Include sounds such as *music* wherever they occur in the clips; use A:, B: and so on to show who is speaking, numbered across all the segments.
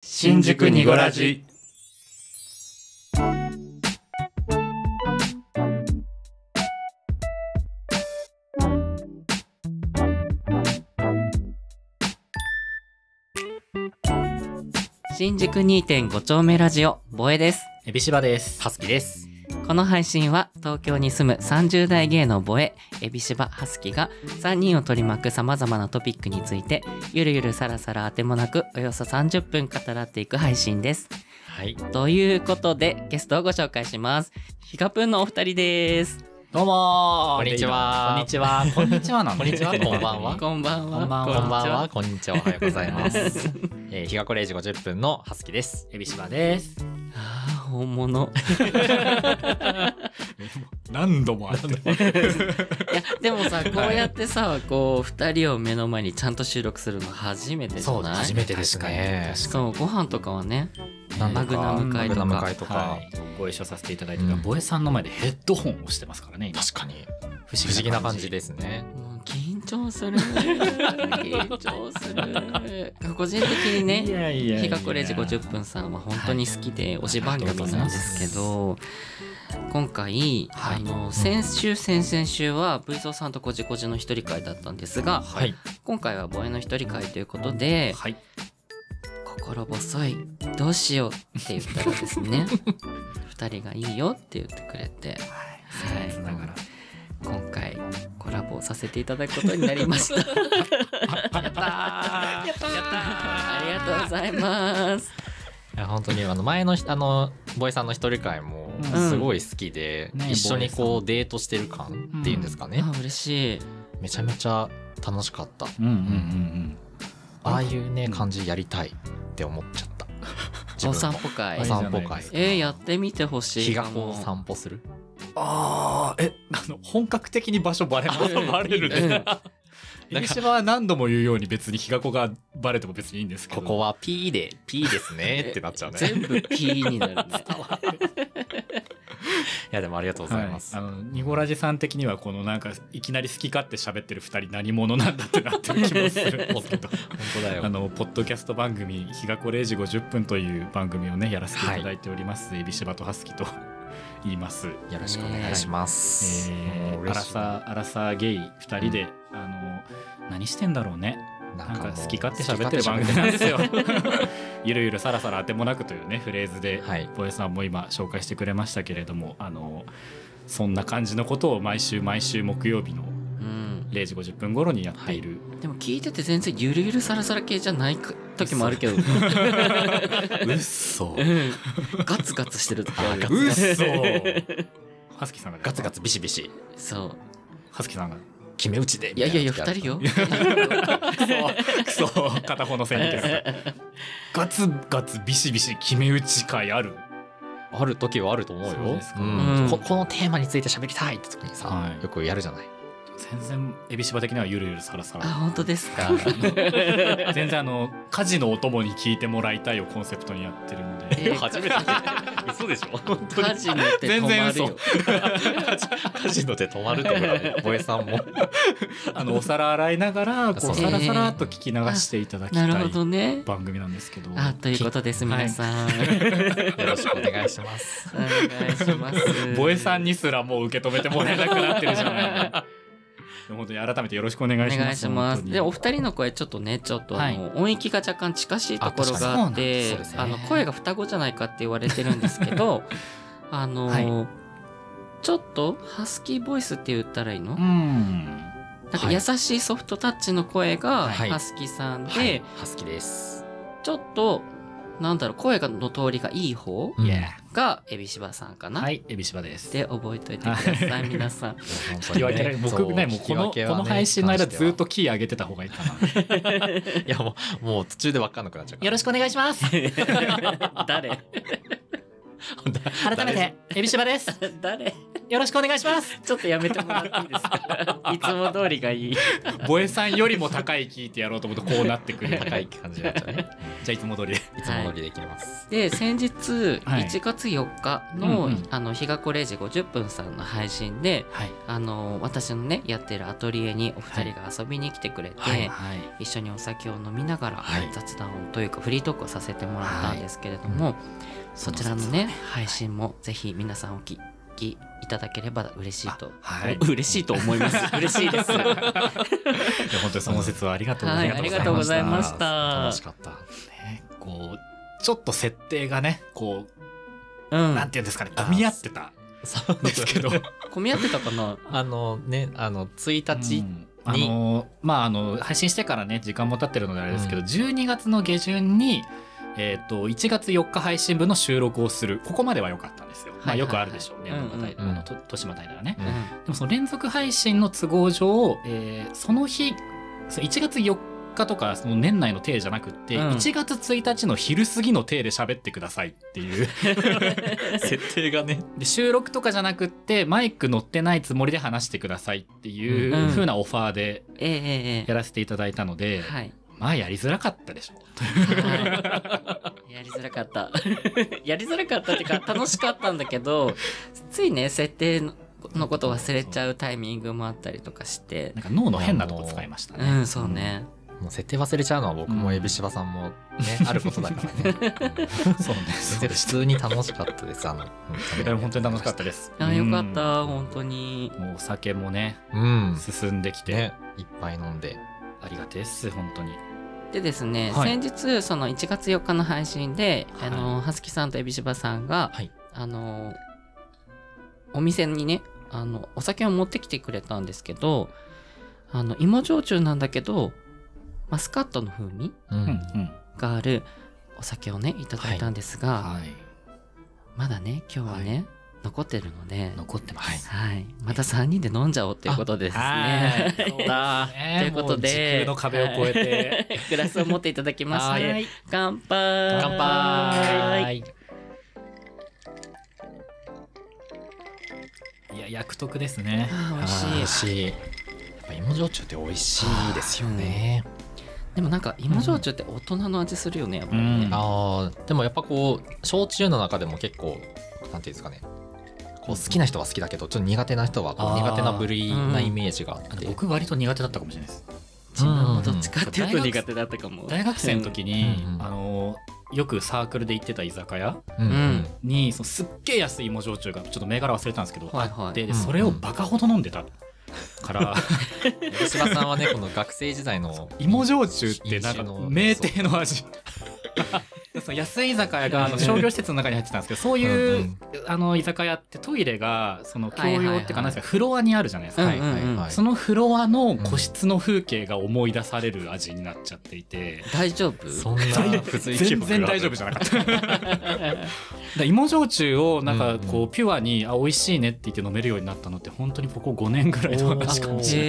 A: 新宿にごらじ。
B: 新宿2.5丁目ラジオ、ボエです。
C: エビシバです。
A: はすきです。
B: この配信は東京に住む30代芸のボエ、エビシバ、ハスキが3人を取り巻く様々なトピックについて、ゆるゆるさらさらあてもなくおよそ30分語らっていく配信です。
C: はい。
B: ということで、ゲストをご紹介します。ヒカプンのお二人です。
C: どうもー
A: こんにちは
C: こんにちは。こんにちはなの
A: こんにちはこんばんは
B: こんばんは。
C: こんばん
A: こ
C: は
A: んばんは、こんにちは、おはようござ
C: *laughs*
A: います。えー、日が暮れ時50分のはすきです。
C: エビシバです。
B: ああ、本物。
C: 何度もあって。
B: いや、でもさ、こうやってさ、こう、二人を目の前にちゃんと収録するの初めてじゃない
A: 初めてですね。
B: そう、ご飯とかはね、
A: なん
B: マ
A: と
B: グ
A: か
B: ナム会とか
A: マグナム会とか
C: はい。ご一緒させていただいてた、
A: うん
C: ボエさんの前でヘッドホンをしてますからね。今
A: 確かに。不思議な感じ。ですね。
B: もう緊張する。緊張する。個人的に
C: い
B: ね、
C: やいやいや。
B: 日が暮れ時50分さんは本当に好きで、推しバンドなんですけど、今回、
A: はい
B: あの、先週、先々週は、ブイゾーさんとこじこじの一人会だったんですが、
A: はい。
B: 今回はボエの一人会ということで、
C: はい。
B: 心細いどうしようって言ったらですね *laughs* 二人がいいよって言ってくれて、はい
C: 切ながら
B: 今回コラボをさせていただくことになりま
A: *laughs*
B: したやったーやったありがとうございます
A: いや本当にあの前のひあのボエさんの一人会も
C: うん
A: すごい好きで、
C: ね
A: 一緒に
C: ボエ
A: こうデートしてる感っていうんですかね、
B: あ嬉しい
A: めちゃめちゃ楽しかった
C: うんうんうん
A: ああいうね感じやりたいって思っちゃった自
B: お
A: 分
B: 散
A: も
B: 歩会
A: お散歩
C: いいじゃない
A: 会
C: です
B: えー、やってみてほしい
A: 日が
B: か
A: こ
B: も
A: う散歩する
C: うん。ああ、え、あの、本格的に場所バレまバレる
B: うん
C: ね。エビシバは何度も言うように別に日が子がバレても別にいいんですけど。
A: ここは P で P ですねってなっち
C: *laughs*
A: ゃうね
B: 全部 P になるね
A: いやでもありがとうございます、
C: はい、あのニゴラジさん的にはこのなんかいきなり好き勝手喋ってる2人何者なんだってなってる気もするんです
A: *laughs*
C: けど
A: 本当だよ
C: あのポッドキャスト番組「日がこ0時50分」という番組をねやらせていただいております、エビシバとハスキと *laughs* 言います。
A: よろしくお願いします、
C: え
A: もう
C: ー、ア
A: 嬉
C: ラ
A: しい
C: サーアラサーゲイ2人で、あの何してんだろうねなん
A: も
C: か
A: う
C: 好き勝手喋ってる番組なんですよ *laughs* ゆるゆるさらさらあてもなくというねフレーズで、
A: はい
C: ボエさんも今紹介してくれましたけれどもあのそんな感じのことを毎週毎週木曜日の
B: うん
C: 0時50分頃にやっている、
B: でも聞いてて全然ゆるゆるサラサラ系じゃないか時もあるけど
A: うっそ
B: うんガツガツしてる時ある
C: うっそはすきさんが
A: ガツガツビシビシ
B: そう
C: はすきさんが
A: 決め打ちで
B: いやいやいや
A: みたな
B: 二人よ *laughs*
C: クソ片方の線みたいなガツガツビシビシ決め打ち会ある
A: *laughs* ある時はあると思うよ
C: そうですか
A: ん
B: うん
A: ここのテーマについて喋りたいって時にさ、
C: はい
A: よくやるじゃない
C: 全然エビシバ的にはゆるゆるさらさ
B: あ
C: ら
B: 本当ですか
A: *laughs*
C: 全然あの家事のお供に聞いてもらいたいをコンセプトにやってるので
B: え
A: 初めて嘘でしょ本当に
B: 家事によって止
C: 全然
B: まる
C: 嘘
B: よ
A: カジノで止まるってことだねボエさん *laughs* も
C: あのお皿洗いながらこ
A: そう
C: う
A: そう
C: サラサラっと聞き流していただきた
B: ないるほどね
C: 番組なんですけど
B: あということです
C: はい
B: 皆さん、
A: よろしくお願いします
B: お願いします
C: ボエさんにすらもう受け止めてもらえなくなってるじゃないのでも本当に改めてよろしくお願
B: お
C: いします
B: 願いします
C: 本当に
B: でお二人の声ちょっとねちょっとあの、音域が若干近しいところがあってあ、
A: あ確かにそうなんですそうですね
B: の声が双子じゃないかって言われてるんですけどあの、
C: は
B: ちょっとハスキーボイスって言ったらいいの、
C: うん
B: なんか優しいソフトタッチの声が
A: はい
B: ハスキーさんで、
A: はいハスキです
B: ちょっとなんだろう声がの通りがいい方
A: うん
C: いや
B: がエビシバさんかな、
C: はいエビシバです
B: で覚えといてください、
C: はい
B: 皆さん
C: 聞き分けられる僕ねもうこのこの配信の間ずっとキー上げてた方がいいかな *laughs*
A: *laughs* いやもうもう途中で分かんなくなっちゃうから
C: ろしくお願いします
B: 誰
C: 改めてエビシバです
B: *laughs* 誰
A: よろしくお願いします。
B: ちょっとやめてもらっていいですかいつも通りがいい
C: ボエさんよりも高いキーってやろうと思うとこうなってくる *laughs*
A: 高い感じになっちゃうね。
C: じゃあいつも通りで
A: いつも通りできます。
B: で先日
C: はい
B: 1月4日の「
C: うんうん
B: あの日がこ0時50分」さんの配信で
C: はい
B: あの私のねやってるアトリエにお二人が遊びに来てくれて、
C: はい
B: 一緒にお酒を飲みながら
C: はい
B: 雑談をというかフリートークをさせてもらったんですけれども、そちらのね配信もぜひ皆さんお聞きいただければ嬉しいと、
C: あはい
B: お嬉しいと思います
C: *laughs*
B: 嬉しいです
C: いや本当にその説はありがとうござ
B: はいい
C: ました
B: ありがとうございました
A: 楽しかった。
C: ねこうちょっと設定がねこう、
B: うん
C: なんていうんですかね混み合ってた
A: そう
C: *laughs* ですけど
B: 混み合ってたかな
A: *laughs* あのね、あの、1
C: う
A: 日、 *laughs*
C: んあのまああの配信してからね時間も経ってるのであれですけど、12月の下旬に、えー、と1月4日配信分の収録をするここまでは良かったんですよ、ま
B: は
C: あ、
B: いはいはい
C: よくあるでしょうね、
B: うんうん
C: 物語あのと豊島大ならね、
A: うん
B: う
C: でもその連続配信の都合上、えーその日そう1月4日とかその年内の体じゃなくって、
B: うん
C: 1月1日の昼過ぎの体で喋ってくださいっ
B: *laughs*
C: ていう
A: 設定がね、
C: で収録とかじゃなくってマイク乗ってないつもりで話してくださいっていう
B: うん
C: 風なオファーで
B: ええええ
C: やらせていただいたので、
B: はい
C: まあやりづらかったでしょ
B: はいやりづらかった *laughs* やりづらかったっていうか楽しかったんだけどついね設定ののことを忘れちゃうタイミングもあったりとかして
C: なんか脳の変なとこ使いました
B: う
C: ね。
B: んそうね
A: もう設定忘れちゃうのは僕
C: う
A: も
C: ん
A: エビシバさんもね、あることだからね。 *laughs*
C: そうね。
B: *laughs*
A: 全然普通に楽しかったです。あの、
C: いや本当に楽しかったです。
B: あよかった
C: うん
B: 本当に
C: もうお酒もね
A: うん。
C: 進んできて、
A: ね、いっぱい飲んで。
C: ありがてえっす本当に。
B: でですね、
C: はい
B: 先日その1月4日の配信で、
C: はい
B: あのはすきさんとエビシバさんが、
A: はい
B: あのお店にねあのお酒を持ってきてくれたんですけどあの芋焼酎なんだけどマスカットの風味
A: う。
C: うんん
B: があるお酒をねいただいたんですが、
C: はい。
B: まだね今日はね、残ってるので、
C: 残ってます。
B: はい、また3人で飲んじゃおうということでですね。
C: はいそうだね
B: ということで
C: もう時空の壁を越えて。
B: はい *laughs* グラスを持っていただきまし
C: は
B: て
C: い
B: 乾杯
C: 乾杯。いや薬徳ですね。
B: あー美味
A: あー美味
B: しい
A: しい。やっぱ芋焼酎って美味しいですよね。
B: でもなんか芋焼酎って大人の味するよねやっぱり
C: う
B: ね
C: ん、
A: ああでもやっぱこう焼酎の中でも結構なんていうんですかねこう好きな人は好きだけどちょっと苦手な人はこう
C: あー
A: 苦手な部類なイメージがあって、
C: 僕割と苦手だったかもしれないです。
B: 自分もどっちかっていうと苦手だったかも
C: 大学生の時に、
A: うん
C: あのよくサークルで行ってた居酒屋
A: うんうん
C: にそのすっげえ安い芋焼酎がちょっと銘柄忘れたんですけど、
B: はいはい
C: あってで
A: うんうん
C: それをバカほど飲んでたから
A: 吉島さんはねこの学生時代の
C: 芋焼酎ってなんか
A: 飲酒の
C: 名店の味そう安い居酒屋があの商業施設の中に入ってたんですけどそういう、あの居酒屋ってトイレがその共
B: はいはい
C: 用
B: はい
C: っていうかなんですかフロアにあるじゃないですか。
A: はいはいはい、
C: そのフロアの個室の風景が思い出される味になっちゃっていて、
B: 大丈夫
A: そんな付随記
C: 全
A: 憶
C: 然大丈夫じゃなかっただから芋焼酎をなんか
A: うん
C: こ
A: う
C: うピュアに、あ美味しいねって言って飲めるようになったのって本当にここ5年ぐらいの
A: お
C: 話
A: ー
C: かもしれ
B: へ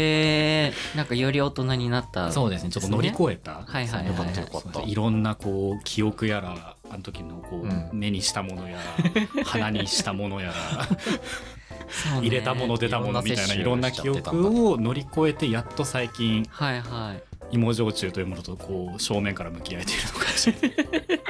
B: えなんかより大人になっ
C: な
B: た
C: いそうですねちょっと乗り越えた、
B: はいはいはい
C: よかったよかったいろんなこう記憶やらあの時のこう、
A: うん
C: 目にしたものや
B: *laughs*
C: ら鼻にしたものやら
B: そうね
C: 入れたもの出たものみたいないい
A: ろ
C: ろ
A: ん
C: ん
A: な
C: な
A: 摂
C: 記
A: 取をしてたんだ
C: 憶を乗り越えてやっと最近
B: はいはい
C: 芋焼酎というものとこう正面から向き合えているのかもしれない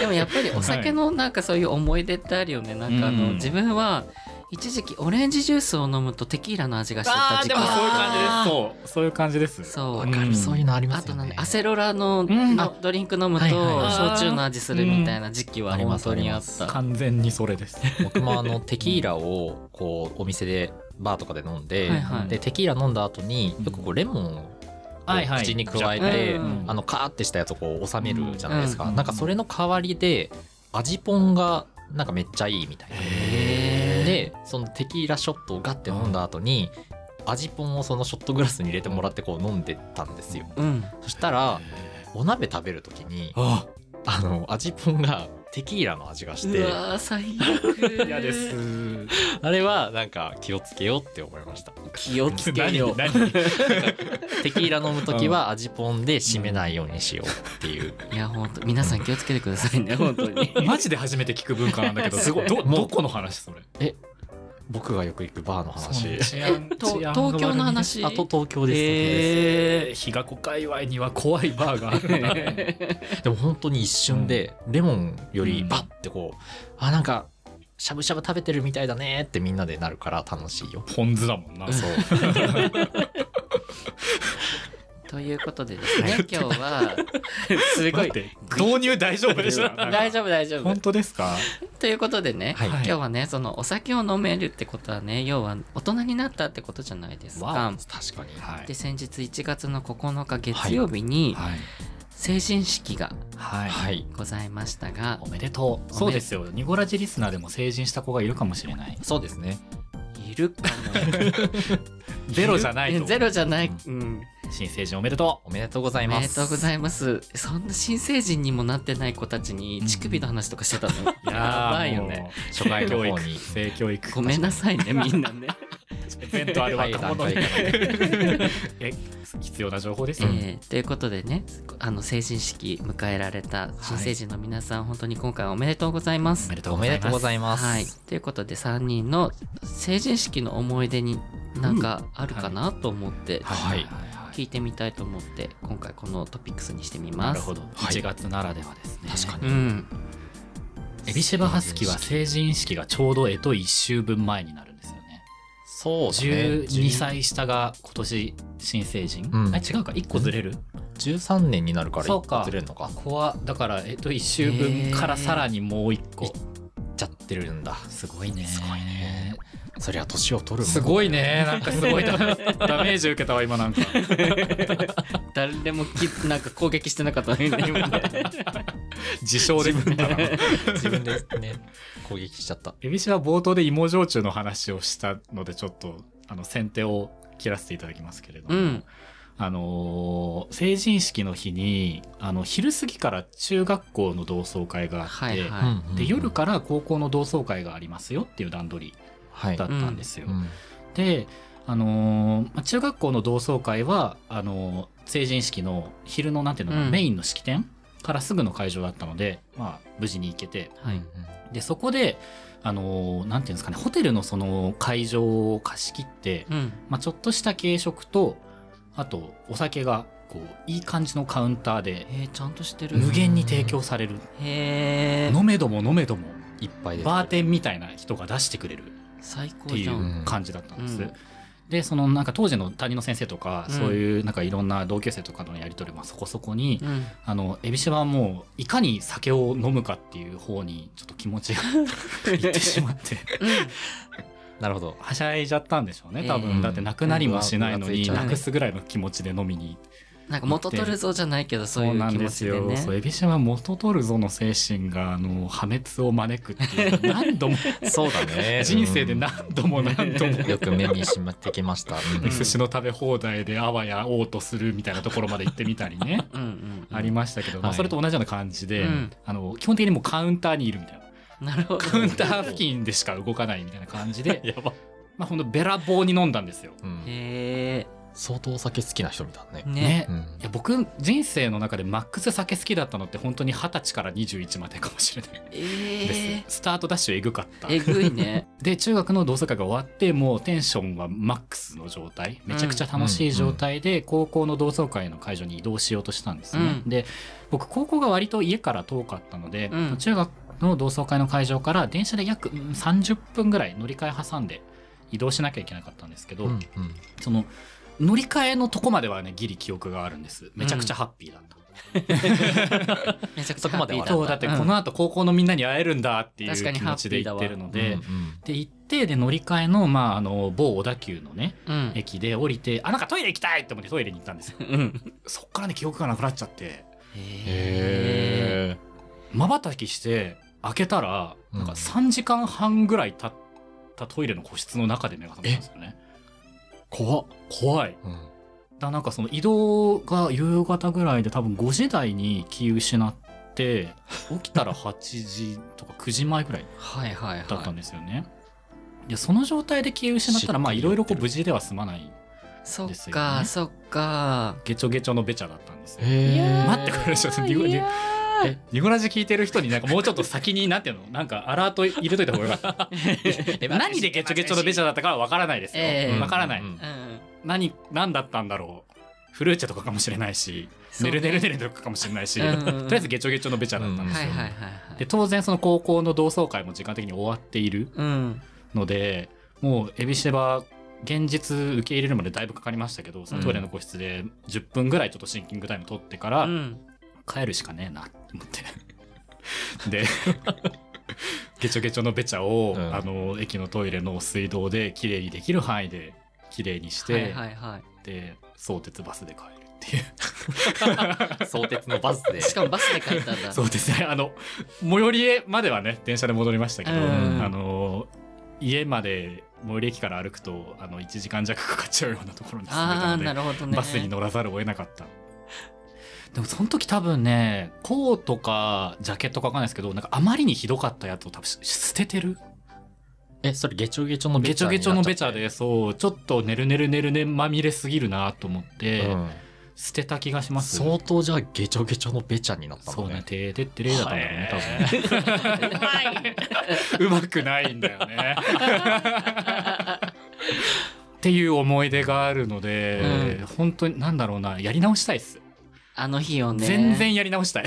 B: でもやっぱりお酒のなんかそういう思い出ってあるよね、なんかあの
C: うん
B: 自分は一時期オレンジジュースを飲むとテキーラの味がしてた時期
A: も
B: あ
A: そういう感じです
C: そうそういう感じ
B: そう
C: です
A: わかる、
C: ん
A: そういうのあります
B: と
A: よ
B: なん
A: ね
B: でアセロラの
C: ん
B: のドリンク飲むと
A: はいはい
B: 焼酎の味するみたいな時期は
A: ありま
B: 本
A: す
B: 当にあっ
A: あり
B: た。
C: 完全にそれです。
A: 僕もあのテキーラをこうお店でバーとかで飲んで、
B: はいはい
A: でテキーラ飲んだ後によくこうレモンを
C: はいはい
A: 口に加えて、
B: うん
A: あのカーってしたやつをこう収めるじゃないですか、
C: うん
A: なんかそれの代わりで味ポンがなんかめっちゃいいみたいな
B: へー
A: でそのテキーラショットをガッて飲んだ後に味ポンをそのショットグラスに入れてもらってこう飲んでたんですよ
B: うん、
A: そしたらお鍋食べる時に
C: あ
A: あの味ポンがテキーラの味がし
B: う
A: て
B: わー最悪
C: 嫌です。
A: あれはなんか気をつけようって思いました
B: 気をつけよう
C: 何何
A: テキーラ飲む時は味ポンで締めないようにしようっていう
B: いや本当皆さん気をつけてくださいね本当に
C: マジで初めて聞く文化なんだけど、すごい。ど、
A: もう
C: どこの話それ。
A: え僕がよく行くバーの話
C: そう治安
B: と
C: 治安が悪い
B: 東
C: んです
B: 京の話
A: あと東京です,東京です、
C: えー、日が子界隈には怖いバーがあるな
A: でも本当に一瞬で、レモンより
C: うん
A: バッてこう、あなんかしゃぶしゃぶ食べてるみたいだねってみんなでなるから楽しいよ
C: ポン酢だもんな、
A: そう
C: *laughs*
B: ということでですね今日はすご
C: 待っ
B: い
C: て導入大丈夫でし
B: *laughs*
C: た
B: 大丈夫大丈夫
C: 本当ですか
B: ということでね、
A: はい
B: 今日はねそのお酒を飲めるってことはね要は大人になったってことじゃないですか。
A: 確かに、
C: は
B: で先日1月の9日月曜日に
C: はい
B: 成人式が
C: はい、
A: はい
B: ございましたが、
C: おめでとう
B: う
C: そうですよニゴラジリスナーでも成人した子がいるかもしれない
A: そうですね
B: い、るか
C: ゼロじゃない
B: も
C: と
B: *laughs* ゼロじゃない、う
C: う
B: ん、
C: 新成人おめでと
A: おめでとうござ
B: お
A: い
B: め
A: ます
B: でとうございますそんな新成人にもなってない子たちに乳首の話とかしてたの、
C: *laughs* うい
B: や
C: や
B: ば
C: ー
B: いよ
C: もう
B: ね
A: 初回の方に
C: 性教育
B: ごめんなさいねみんな
C: *laughs*
B: ね、
C: 全とある若者
A: はい段階
C: *laughs* え必要な情報です
B: え
C: よ、
B: ーということでねあの成人式迎えられた新成人の皆さん、本当に今回はおめでとうございます
C: おめでとう
A: お
C: ご
A: め
C: ざ
A: で
C: い
A: と
C: ます
A: うございます、
B: はい、ということで3人の成人式の思い出になんかあるかなと思って
A: はい
B: 聞いてみたいと思って今回このトピックスにしてみ
C: な
B: ま
C: る
B: す
C: ほ。ど
A: はい
C: 1月ならではですね、
A: 確か
B: う
A: に
B: ん、
C: エビシバハスキは成人式がちょうどえと1週分前になるんですよね
A: そうだね
C: 12歳下が今年新成人、
A: うん
C: あ違うか1個ずれる、
A: 13年になるから
C: そう
A: 一
C: か
A: 個ずれるのか
C: 子はだからえっと1週分からさらにもう1個、
A: へー行っちゃってるんだ
C: すごいね
A: すごいねそりゃ年を取るもん
C: すごいね *laughs* なんかすごいダダメージ受けたわ今なんか
B: 誰でもきなんか攻撃してなかったね
C: *laughs*
B: 今ね
C: 自称で
A: 自分でね攻撃しちゃった
C: エビシは冒頭で芋焼酎の話をしたのでちょっとあの先手を切らせていただきますけれども、
B: うん
C: あのー成人式の日にあの昼過ぎから中学校の同窓会があって、
B: はいはい
C: で夜から高校の同窓会がありますよっていう段取り
A: はい
C: だったんですよ。
A: うん
C: で、あのーまあ中学校の同窓会はあのー成人式の昼のなんていうのかな、
B: うん
C: メインの式典からすぐの会場だったので、まあ、無事に行けて
B: はい
A: うん
C: でそこで、あのーなんていうんですかねホテルのその会場を貸し切って、
B: うん
C: まあ、ちょっとした軽食とあとお酒がこういい感じのカウンターで
B: えー、ちゃんとしてる
C: 無限に提供される、
B: へえ
C: 飲めども飲めども
A: いっぱいで
C: バーテンみたいな人が出してくれる
B: 最
C: っ
B: 高
C: てい
B: じゃん
C: う感じだったんです。
B: うん
C: でそのなんか当時の担任の先生とか、
B: うん
C: そういうなんかいろんな同級生とかのやり取りもそこそこに、
B: うん
C: あのエビシバはもういかに酒を飲むかっていう方にちょっと気持ちがいってし
B: *laughs*
C: まって
A: なるほど
C: はしゃいじゃったんでしょうね多分、
A: ええ
C: だってなくなりもしないのに、
A: うん
C: なくすぐらいの気持ちで飲みに
B: なんか元取るぞじゃないけどそういう気持ちでね
C: そうエビシバは元取るぞの精神があの破滅を招くっていう何
B: *laughs*
C: 度も
A: そうだ
C: *laughs*
A: ね
C: 人生で何度も何度も
A: うんよく目にしまってきましたうん
C: 寿司の食べ放題であわや嘔吐するみたいなところまで行ってみた
B: *laughs*
C: りね
B: うんうんうん
C: ありましたけど、まあ、
A: はい
C: それと同じような感じで、
B: うん
C: あの基本的にもうカウンターにいるみたい
B: な
C: な
B: るほど
C: カウンター付近でしか動かないみたいな感じで
A: *laughs* やば
C: まあほんとべらぼうに飲んだんですよ。
A: うん
B: へ
A: 相当お酒好きな人みたい
B: え
A: ね
B: ね
C: ね
A: うん
C: いや僕人生の中でマックス酒好きだったのって本当に二十歳から21までかもしれないです、
B: え
C: スタートダッシュえぐかった
B: ー、えぐいね
C: で中学の同窓会が終わってもうテンションはマックスの状態めちゃくちゃ楽しい状態で高校の同窓会の会場に移動しようとしたんですね、
B: うん
C: で僕高校が割と家から遠かったので、
B: うん
C: 中学の同窓会の会場から電車で約うん30分ぐらい乗り換え挟んで移動しなきゃいけなかったんですけど、
A: うんうん
C: その乗り換えのとこまではねギリ記憶があるんですめちゃくちゃハッピーだった、
B: めちゃくち
A: そ
B: ゃ
A: こ
B: ハ
A: ま
B: ッ
A: で
B: ピーだ
A: は
B: った
C: そうだってこの後高校のみんなに会えるんだっていう
B: 確かに
C: 気持ちで行ってるので、
A: うんうん
C: で行ってで乗り換えの,、まああの某小田急のね
B: うん
C: 駅で降りてあなんかトイレ行きたいって思ってトイレに行ったんですよ
B: うん
C: そっからね記憶がなくなっちゃって
B: へえ
A: へえ
C: まばたきして開けたら
A: うん
C: なんか3時間半ぐらい経ったトイレの個室の中で目が覚めたんですよね怖っ怖い
A: うん
C: だなんかその移動が夕方ぐらいで多分5時台に気を失って起きたら8時とか9時前ぐらい
B: はいはいはい
C: だったんですよね、でその状態で気を失ったらまあ
A: し
C: い
A: っかり
C: ろ
A: やって
C: いろこ
A: る
C: う無事では済まない
B: そっ
C: ですよ
B: か
C: ね
B: そっか
C: ゲチョゲチョのベチャだったんですよ
A: へえ
C: 待ってこれちょっとニゴニゴ
B: いや
C: えニコラジ聞いてる人になんかもうちょっと先になんていうのなんかアラート入れといた方がよかった何 *laughs* でゲチョゲチョのベチャだったかはわからないですよ、
B: ええ
C: わからない、
A: うんうん
B: うん
C: 何何だったんだろうフルーチェとかかもしれないし、
B: そう
C: ね
B: ね
C: るねるねるとかかもしれないし、
B: うんうん
C: とりあえずゲチョゲチョのベチャだったんです
B: は
C: よ、
B: いはいはいはい
C: で当然その高校の同窓会も時間的に終わっている
B: うん
C: のでもうエビシバ現実受け入れるまでだいぶかかりましたけどそのトイレの個室で10分ぐらいちょっとシンキングタイム取ってから、
B: うん
C: 帰るしかねえなって思ってでゲチョゲチョのベチャを、
A: うん
C: あの駅のトイレの水道で綺麗にできる範囲で綺麗にして、
B: はいはいは
C: で相鉄バスで帰るっていう
A: 相鉄のバスで
B: いしかもバスで帰ったんだ
C: そうですねあの最寄りへまではね電車で戻りましたけど、
B: うん
C: あの家まで最寄り駅から歩くとあの1時間弱かかっちゃうようなところに住んで
B: あ
C: た
B: あ
C: ので
B: なるほどね
C: バスに乗らざるを得なかったでもその時多分ねコートかジャケットかわかんないですけどなんかあまりにひどかったやつを多分し捨ててる
A: *laughs* えそれゲチョゲチョのベ
C: ゲ
A: チ
C: チ
A: ャ
C: ョ
A: に
C: ゲチョ
A: な
C: の
A: っちゃって
C: ベチャでそうちょっとねるねるねるねまみれすぎるなと思って、
A: うん
C: 捨てた気がします
A: 相当じゃあゲチョゲチョのベチャになった
C: そ
A: の
C: うね
A: ね
C: てーてってれーだったんだろうね
A: へ
C: 多分ね
B: うまい
C: うまくないんだよね。っていう思い出があるので、
B: うん
C: 本当になんだろうなやり直したいっす、
B: あの日をね
C: 全然やり直したい、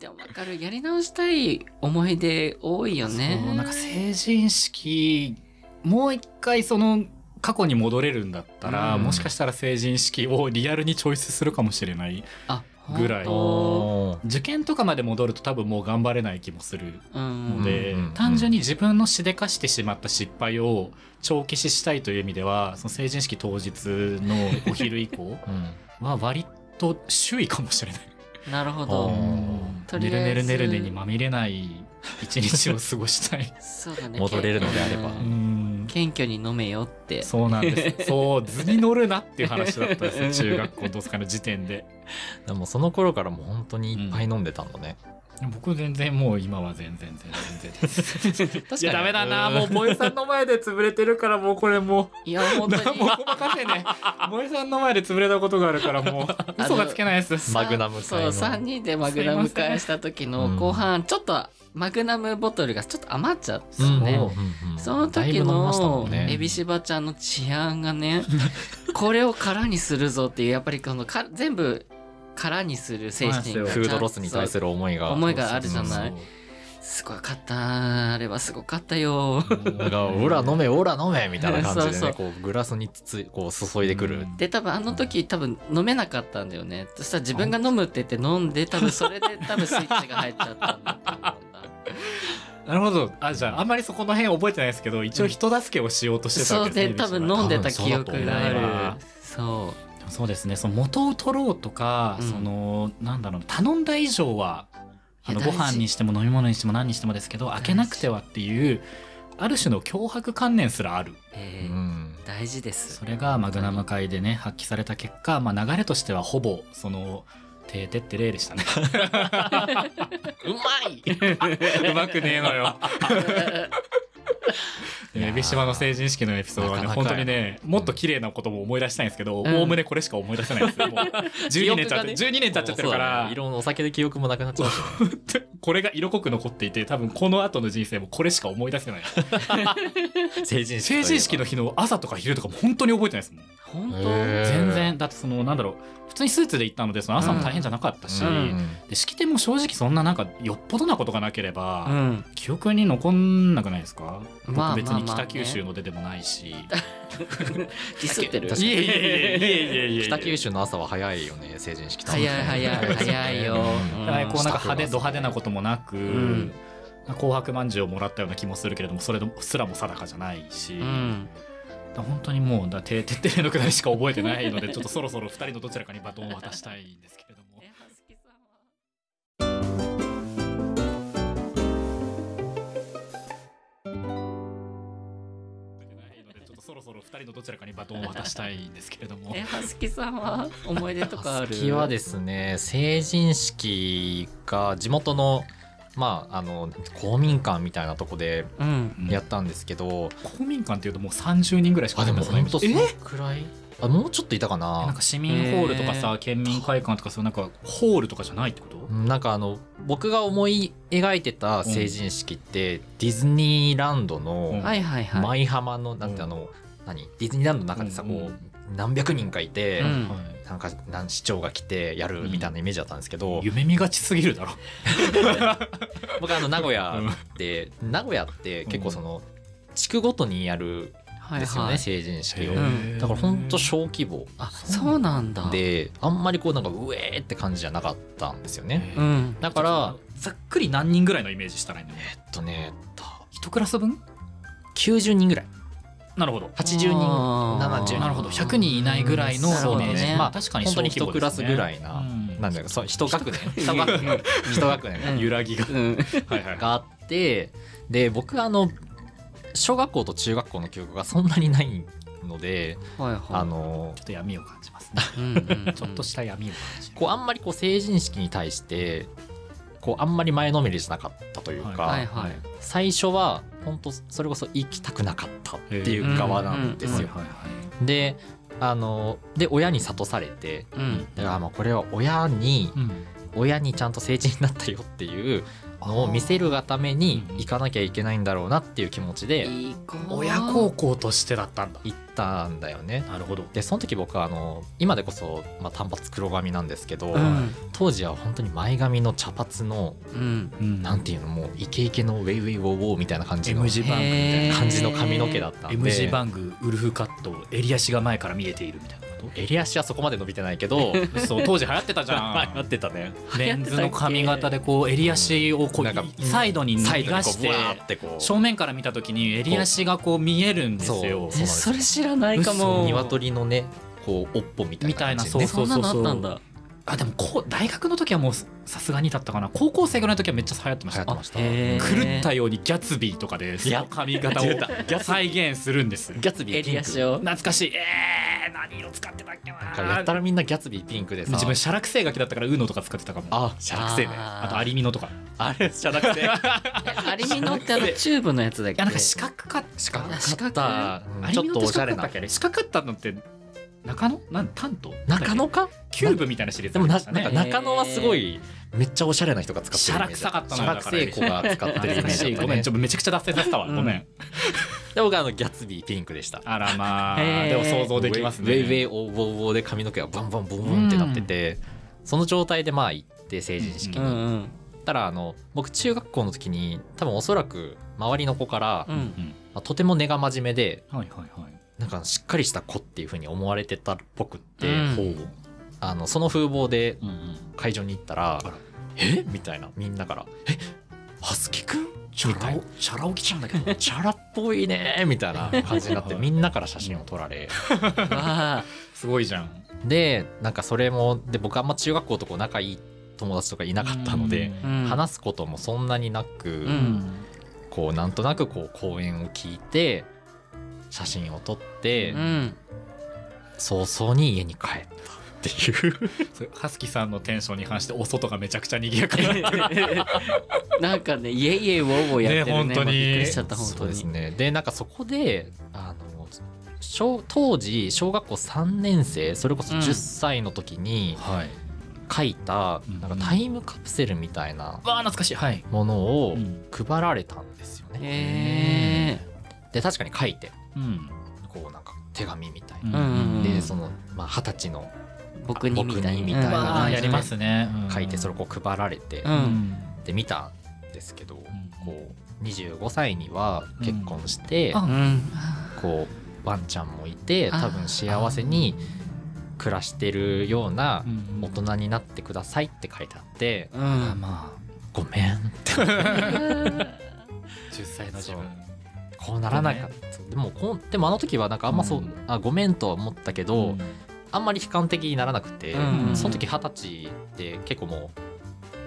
B: でも分かるやり直したい思い出多いよね
C: そうなんか成人式もう一回その過去に戻れるんだったら、
A: うん
C: もしかしたら成人式をリアルにチョイスするかもしれない
B: あ
C: ぐらい
B: 本
C: 受験とかまで戻ると多分もう頑張れない気もする
B: 当うん
C: ので、
A: うん
C: 単純に自分のしでかしてしまった失敗を帳消ししたいという意味ではその成人式当日のお昼以降
A: うん
C: は
A: *laughs*
C: 割と周囲かもしれない。
B: なるほ
A: う
B: ど
A: ん
B: と
C: ね
B: り
C: る
B: あ
C: ね
B: え
C: る
B: ず
C: ねるねにまみれない一日を過ごした
A: *laughs*
C: い。
B: そうだね
A: 戻れるのであれ
B: う
A: ば
C: うんん
B: 謙虚に飲めよって
C: そうなんです。そう、図に乗るなっていう話だったんで
B: *laughs*
C: すよ。中学校同窓会の時点で。
A: でもその頃からもう本当にいっぱい飲んでたんだね、
C: 僕全然もう今は全然全然全然。
A: 確か
B: *laughs*
C: いやダメだな、もう
A: う
C: ボエさんの前で潰れてるからもうこれも
B: いや
C: う。
B: 本当に
C: もうごまかせね。ボエさんの前で潰れたことがあるからもう嘘がつけないです。
A: マグナム
B: そう
A: 会
B: 3
A: の
B: 人でマグナム会した時の後半ちょっとマグナムボトルがちょっと余っちゃっ
A: う
B: た
A: ん
B: ね、
A: うんうん
B: その
A: だい
B: 時
A: ぶ飲みましたも
B: の
A: んね
B: エビシバちゃんの治安がね *laughs* これを空にするぞっていうやっぱりこのか全部空にする精神
C: そう
B: が
C: なんです
A: フードロスに対する思いが
B: 思いがあるじゃない
A: い
B: すごかったあれはすごかったよ
A: だからオラ飲めオラ飲めみたいな感じでね
B: *laughs* そうそう
A: こうグラスにつつこう注いでくる、
C: うん
B: で多分あの時多分飲めなかったんだよねそしたら自分が飲むって言って飲んで多分それで多分スイッチが入っちゃったんだと思うんだ
C: なるほど。あ、じゃあ、あんまりそこの辺覚えてないですけど、一応人助けをしようとしてた
B: そ
C: わ
B: う
C: けです
B: で
C: ね。
B: 多分
C: 西島
B: 飲んでた記憶が
C: 多分そうだと思う
B: あ
C: わ
B: るそう
C: でもそうですね。その元を取ろうとか、
B: うん
C: その、なんだろうな、頼んだ以上は、あの、
B: いや
C: ご
B: 大事
C: 飯にしても飲み物にしても何にしてもですけど、開けなくてはっていう、ある種の脅迫観念すらある。
A: う
B: えー
A: ん
B: 大事です
C: それがマグナム会でね、発揮された結果、まあ流れとしてはほぼ、その、てーてってれーでしたね。
B: うまい
C: うまくねえのよ。 *laughs*
A: いやー
C: エビシバの成人式のエピソードはね、
A: なかなか
C: 本当にね、もっと綺麗なことも思い出したいんですけど、
B: ん
C: おおむねこれしか思い出せないですよ。もう12年経って、
B: 記
C: 12年経っちゃってるか
A: そうだ
C: ら
A: ね、色のお酒で記憶もなくなっちゃうし
B: *laughs*
A: ね
C: *laughs* これが色濃く残っていて、多分この後の人生もこれしか思い出せ *laughs* ない。
A: 成人式とい
C: 成
A: えば
C: 人式の日の朝とか昼とかも本当に覚えてないですもん。
B: *laughs* 本当、
A: へー
C: 全然、だってその、なんだろう、普通にスーツで行ったので、その朝も大変じゃなかったし、
A: うん
C: で式典も正直そんななんかよっぽどなことがなければ、
B: うん
C: 記憶に残んなくないですか、
B: まあ
C: 僕別
B: まあ
C: に
B: まあね
C: 北九州の出でもないし、 *laughs*
B: ディスってる
A: 確かに
C: いえいえいえいえいえいえ
A: 北九州の朝は早いよね成人式と
B: 早い早い早いよ、
A: うん
C: だからこうなんか
A: 下手
C: 派
A: で
C: 手
A: す
C: ド派手なこともなく、
B: ん
C: 紅白まんじゅうをもらったような気もするけれどもそれすらも定かじゃないし、
B: うんうん
C: だから本当にもうだててってれのくらいしか覚えてないのでちょっとそろそろ2人のどちらかにバトンを渡したいんですけれど
A: *laughs*
C: も。覚えてないのでちょっとそろそろ二人のどちらかにバトンを渡したいんですけれども
B: え、はすきさんは思い出とかある
A: ハスキはですね成人式が地元のまああの公民館みたいなとこで
B: うん
A: やったんですけど、
C: 公民館っていうともう30人ぐらいしか
A: あでも
C: 出てこない
A: 本当そのくらいあもうちょっといたかな
C: なんか市民ホールとか
B: へ
C: さ県民会館とかそうなんかホールとかじゃないってこと、
A: うんなんかあの僕が思い描いてた成人式って、ディズニーランド
C: うん
A: の
B: はいはいはい。
A: 舞浜の、なんてあの、何ディズニーランドの中でさ、
C: うん
A: こう何百人かいて、
B: うん
C: はい
A: なんか何市長が来てやるみたいなイメージだったんですけど、
C: 夢見がちすぎるだ
A: *laughs*
C: ろ
A: 僕あの名古屋で、名古屋って結構その地区ごとにやる
B: は
A: ん
B: い
A: ですよね、
B: はい。
A: 成人式を、
B: うん
A: だからほんと小規模
B: あそうなんだ。
A: であんまりこうなんかうえーって感じじゃなかったんですよね、
B: う
C: ね
B: ん。
A: だから
C: ざっくり何人ぐらいのイメージしたらいいの
A: えっとねた
C: 一クラス分
A: 90人ぐらい
C: なるほど
A: 80人
B: あー
A: 70人
C: なるほど100人いないぐらいの
B: なるほど
C: イメージ
B: ね
C: まあ確かに
A: 本当に
C: 小規
A: 一
C: 模
A: クラスぐらい
C: です
A: な、
C: ねうん
A: なんだろうそう一
B: *laughs*
A: 学年
B: いや
A: 一
B: いや
A: 学年一学年
B: うん
C: 揺らぎが
B: うん。
C: はいはい
A: があってで僕あの小学校と中学校の記憶がそんなにないので
B: はいはい。
A: あの
C: ちょっと闇を感じますね
B: うんうんうん
C: ちょっとした闇を感じる
A: こうあんまりこう成人式に対してこうあんまり前のめりしなかったというか、
B: はいはい
A: 最初は本当それこそ行きたくなかったっていう側なんで
B: う
A: す
B: んうん
A: よ。
C: はいはい
A: であので親に諭されて
B: うん
A: だからまあこれは親に
C: うん
A: 親にちゃんと成人になったよっていうのを見せるがために行かなきゃいけないんだろうなっていう気持ちで
B: いい子
C: 親孝行としてだったんだ
A: 行ったんだよね。
C: なるほど
A: でその時僕はあの今でこそ、まあ、短髪黒髪なんですけど、
B: うん
A: 当時は本当に前髪の茶髪の
B: うん
A: なんていうのもうイケイケのウェイウェイウォーウォーみたいな感じの
C: M 字バンクみたい
B: へ
C: な
B: ー
A: 感じの髪の毛だったん
C: M 字
A: で
C: バングウルフカット襟足が前から見えているみたいなこ
A: 襟足はそこまで伸びてないけど
C: とそう当時 *laughs* 流行ってたじゃん
A: やってたね
C: レンズの髪型でこう襟足を *laughs* こ
A: なんか
C: うサイドに
A: サイ
C: 逃
A: ドに
C: が
A: こ
C: し
A: うブ
C: て
A: ワーってこう
C: 正面から見た時に襟足がこう見えるんですよ
A: そうなん
B: え
A: です
B: それ知らないか
A: そう
B: も。
A: 鶏のねこうおっぽみたいな感じで
C: みたいな
A: ね
C: そ
B: そ
C: う
B: んなのあったんだ。
C: あでもこう大学の時はもうさすがにだったかな高校生ぐらいの時はめっちゃ流行ってまし
A: 流行
C: た
A: ってました
B: へー
C: 狂ったようにギャツビーとかでその髪型を再現するんです
A: ギャツビーピン
B: 襟
A: ク
B: 足を。
C: 懐かしいえー、何色使ってたっけな
A: なんかやったらみんなギャツビーピンクでさ
C: 自分シャラクセイガキだったからウーノとか使ってたかもあ
A: あシャラクセイね
B: あー
C: とアリミノとか
A: あれシャラクセイ
B: アリミノってあのチューブのやつだっけ
C: いやなんか四角か四角
B: 四角
A: た
C: アリミ
A: ち
C: ノ
A: ょっとおしゃれ
C: っ
A: な
C: て四角かったっけ四角かったのって中野なん丹東
A: *laughs* 中野か
C: キューブみたいなシリーズ
A: でも
C: あり
A: な
C: ましたね
A: なんか中野はすごいめっちゃおしゃれな人が使ってるイメージ
C: シャラ臭かったの
A: シ
C: よ
A: ャラクセイ子が使ってるイメージだった
C: ごめん
A: ね
C: ちょっとめちゃくちゃ脱線させたわ、
B: うん
C: ごめん
A: で僕はあのギャツビーピンクでした
C: あらまあ、
B: へー
C: でも想像できますね
A: ウェイウェイウェイオーボーボーで髪の毛がバンバンボンボンってなってて、その状態でまあ行って成人式
B: う
A: に
B: ん
A: 行
B: う
A: っ
B: ん
A: たら、あの僕中学校の時に多分おそらく周りの子から、
B: う
A: ま
B: ん。
A: あとても根が真面目で
C: はいはいはい
A: なんかしっかりした子っていう風に思われてたっぽくって、
B: うん
A: ほうあのその風貌で
C: うんうん
A: 会場に行ったら
C: あ
A: 「
C: ら
A: えみたいなみんなから「えはすきくん?」
C: チ
A: みたいな
C: チャラ起きちゃうんだけど
A: チャラっぽいねみたいな感じになってみんなから写真を撮られ
B: わあ。
C: すごいじゃん
A: でなんかそれもで僕あんま中学校とこう仲いい友達とかいなかったので、
B: うん
A: 話すこともそんなになく、
B: う
C: うんん
A: こうなんとなくこう講演を聞いて写真を撮って、
B: うん。
A: 早々に家に帰ったっていう
C: それハスキさんのテンションに反してお外がめちゃくちゃ賑やかになってる
B: なんかね、イエイエイウォーウォーやってるね。
C: ね
B: も
C: 本当に
B: うびっくりしちゃった、本
A: そ
B: 当
A: うです
B: に。
A: ねでなんかそこであの小当時小学校3年生それこそ
B: うん
A: 10歳の時に
C: はい
A: 書いた、
C: うん
A: なんかタイムカプセルみたいな
C: わあ懐かしいはい
A: ものを
C: うん
A: 配られたんですよね。
B: へえ。
A: で確かに書いて
C: うん
A: こうなんか手紙みたい
C: うん
A: な、
B: うん
A: でそのまあ二十、歳の
B: 僕にみたいな。
A: 僕にみたいな
B: うん
C: わあやりますね
A: 書いてそれ
C: れ
A: をこう配られて、
B: うん
A: で見たんですけど、こう25歳には結婚して、
C: うんあ
B: うん。
A: こうワンちゃんもいて多分幸せに暮らしてるような大人になってくださいって書いてあって、
B: う
C: あ
B: ん。
C: ま
A: ごめんって
C: あ10歳の自分
A: こうならなかった、でもこうでもあの時はなんかあんまそう、
C: うん
A: あごめんとは思ったけど、あんまり悲観的にならなくて、
B: うん
A: その時二十歳で結構も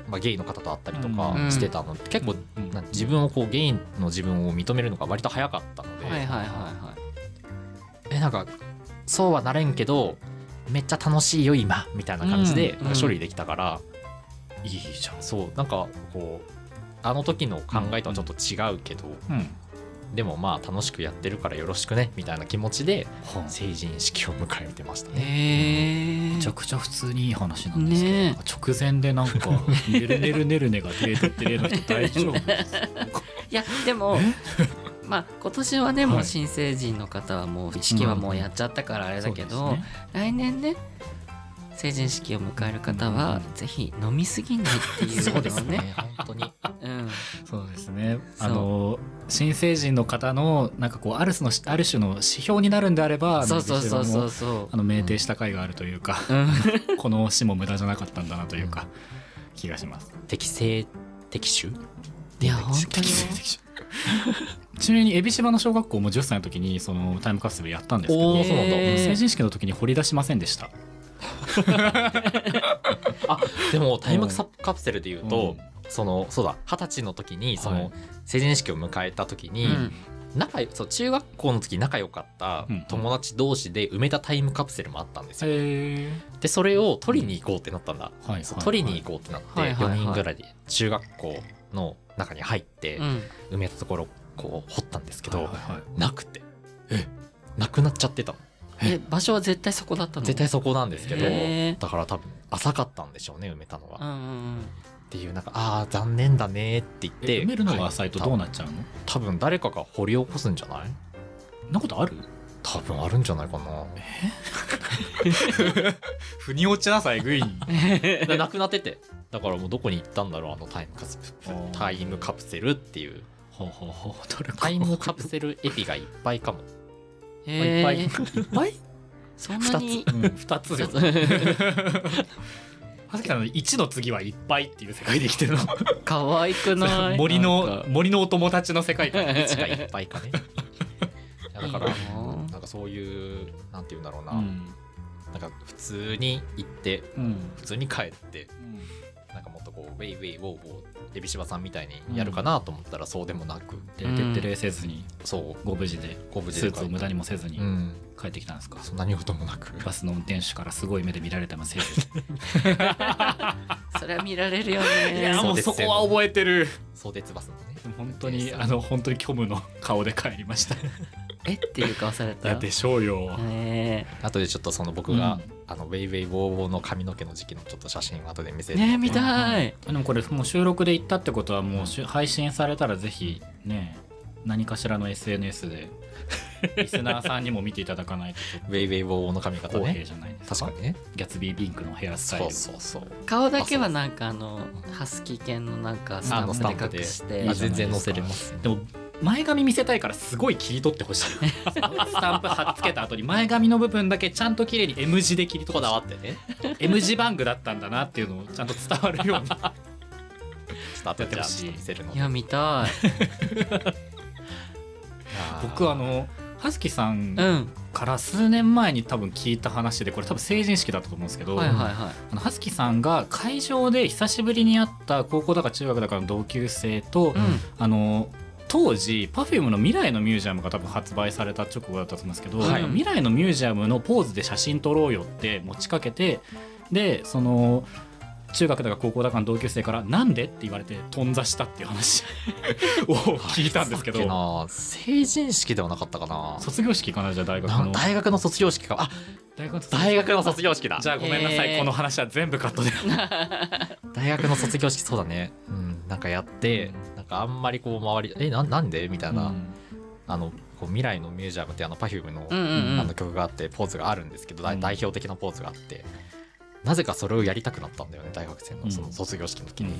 A: う、まあ、ゲイの方と会ったりとか
B: うん
A: してたので、結構
C: うん
A: な自分をこうゲイの自分を認めるのが割と早かったので、
B: はいはいはいは
A: えなんかそうはなれんけどめっちゃ楽しいよ今みたいな感じで
B: うん
A: なんか処理できたから、
C: いいじゃん
A: そうなんかこうあの時の考えとはちょっと違うけど、
C: うん
A: でもまあ楽しくやってるからよろしくねみたいな気持ちで成人式を迎えてました
B: へ
A: ね。
B: え
C: めちゃくちゃ普通にいい話なんですけど、
B: ねえ
C: なんか直前でなんか「ねるねるねるね」が出てって例の人大丈夫です
B: いやでも *laughs* まあ今年はね
C: はい
B: もう新成人の方はもう式はもうやっちゃったからあれだけど、
C: そうですね
B: 来年ね成人式を迎える方
C: う
B: は
C: ん
B: ぜひ飲みすぎないっていうのをね
A: 本当に
B: うん、
C: そうですね。
B: そう
C: あの新成人の方のなんかこうある種のある種の指標になるんであれば、
B: そうそうそうそ
C: あの
B: うそ
C: あの酩酊した甲斐があるというか、
B: う、うん、
C: この死も無駄じゃなかったんだなというか気がします。
A: 適正適種
B: いや本当にね
C: ちなみに海老島の小学校も10歳の時にそのタイムカプセルやったんですけ
A: お
C: ど
A: ーそうなんだ
B: へー
C: 成人式の時に掘り出しませんでした
A: あでもタイムカプセルで言うと、
C: うん
A: そのそうだ二十歳の時にそ
C: は
A: の
C: い
A: 成人式を迎えた時に、
B: うん
A: 仲良そう中学校の時仲良かった
C: うん
A: 友達同士で埋めたタイムカプセルもあったんですよ。
C: へ
A: でそれを取りに行こうってなったんだ。
C: はい
A: そう取りに行こうってなっ
B: はい
A: て
B: はいは
A: 4
B: い
A: 人ぐらいで中学校の中に入って
B: うん
A: 埋めたところこう掘ったんですけ
C: はいは
A: ど
C: いはい
A: なくて
C: え
A: なくなっちゃってたの
B: え場所は絶対そこだったの
A: 絶対そこなんですけど
B: へー
A: だから多分浅かったんでしょうね埋めたのは。
B: うんうんうん
A: っていうなんかああ残念だねって言っ
C: え
A: て
C: 埋めるのが浅いと
A: は
C: どうなっちゃうの
A: 多分誰かが掘り起こすんじゃない
C: そんなことある
A: 多分あるんじゃないかな
C: 腑に落ちなさいグイーン
A: でなくなっててだからもうどこに行ったんだろうあのタイムカプセル
C: あー
A: タイムカプセルっていう
C: ほうほうほう誰か
A: タイムカプセルエピがいっぱいかも
B: へ
A: いっぱい
B: え
C: はい
B: そんなに
C: うん、2つよ。はずきさんの1の次はいっぱいっていう世界で生きてるの。
B: *laughs* 可愛くない
C: *laughs* 森
B: なん
C: の
B: か
C: 森のお友達の世界観。
A: 1がいっぱいかねいやだか
B: い
A: ら
B: いな
A: なんかそういうなんていうんだろう
C: *laughs*
A: な、
C: うん。
A: なんか普通に行って
C: うん。
A: 普通に帰ってなんかもっとこうウェイウェイウォーウォーエビシバさんみたいにやるかなと思ったらそうでもなく、
C: 徹
B: うん
C: 底冷せずに
A: そう
C: ご無事で
A: ご無事
C: ス
A: で
C: ーツを無駄にもせずに
A: うん
C: 帰ってきたんですか。
A: そんなにこともなく
C: バスの運転手からすごい目で見られてますよ。
B: それは見られるよ
C: *laughs*
B: ね
A: やもうそこは
C: 覚えてる。
A: 相鉄バスのね
C: 本当にあの本当に虚無の顔で帰りました。
B: えっていう顔された
C: でしょうよ。
B: ね
A: あとでちょっとその僕が、
C: うん
A: あのウェイウェイウォーウォーの髪の毛の時期のちょっと写真を後で見せ
B: え
A: て
B: ねえ見たい
C: でもこれもう収録で行ったってことはもうしゅ配信されたらぜひね何かしらの SNS で *laughs* リスナーさんにも見ていただかないとちょっ
A: ウェイウェイウォーウォーの髪
C: と
A: 型
C: 不公平
A: ね
C: じゃないですか
A: 確かにね
C: ギャツビーピンクのヘアスタイ
A: そ
C: ル
A: うそうそう
B: 顔だけはなんかあのハスキー犬のなんかス
A: あ
B: タ
A: のスタン
B: ンプ
A: プで
B: で隠して
A: あ
C: いいじゃ
A: 全
C: ないですか
A: 然載せれます
C: でも前髪見せたいからすごい切り取ってほしい *laughs* スタンプ貼っつけた後に前髪の部分だけちゃんと綺麗に M 字で切り取
A: こ
C: って
A: だ
C: ほし
A: わってね
C: い M 字バングだったんだなっていうのをちゃんと伝わるように
A: ちょっと後でじゃあ見せるの
B: い
A: で
B: や見たい
C: 僕あの葉月さん
B: うん
C: から数年前に多分聞いた話でこれ多分成人式だったと思うんですけど、
B: *laughs* はいはいは
C: あの葉月さんが会場で久しぶりに会った高校だか中学だかの同級生
B: い
C: と、
B: うん
C: *laughs* あの当時 Perfume の「未来のミュージアム」が多分発売された直後だったと思うんですけど、
B: はい
C: 未来のミュージアムのポーズで写真撮ろうよって持ちかけてでその中学だか高校だかの同級生から「なんで?」って言われて頓挫したっていう話を聞いたんですけ
A: さっき
C: ど
A: の成人式ではなかったかな
C: 卒業式かなじゃあ大学
A: な
C: の
A: ん大学の卒業式かあ
C: 大学の卒業
A: 大学の卒業式だ
C: じゃあごめんなさい、
B: えー
C: この話は全部カットで
A: 大学の卒業式そうだね、うん、なんかやってなんかあんまりこう周り「えななんで?」みたいな、あのこう未来のミュージアムってあの Perfume の,、
B: うんうんうん
A: あの曲があってポーズがあるんですけど、だい
C: うん
A: 代表的なポーズがあってなぜかそれをやりたくなったんだよね大学生のその卒業式の時に、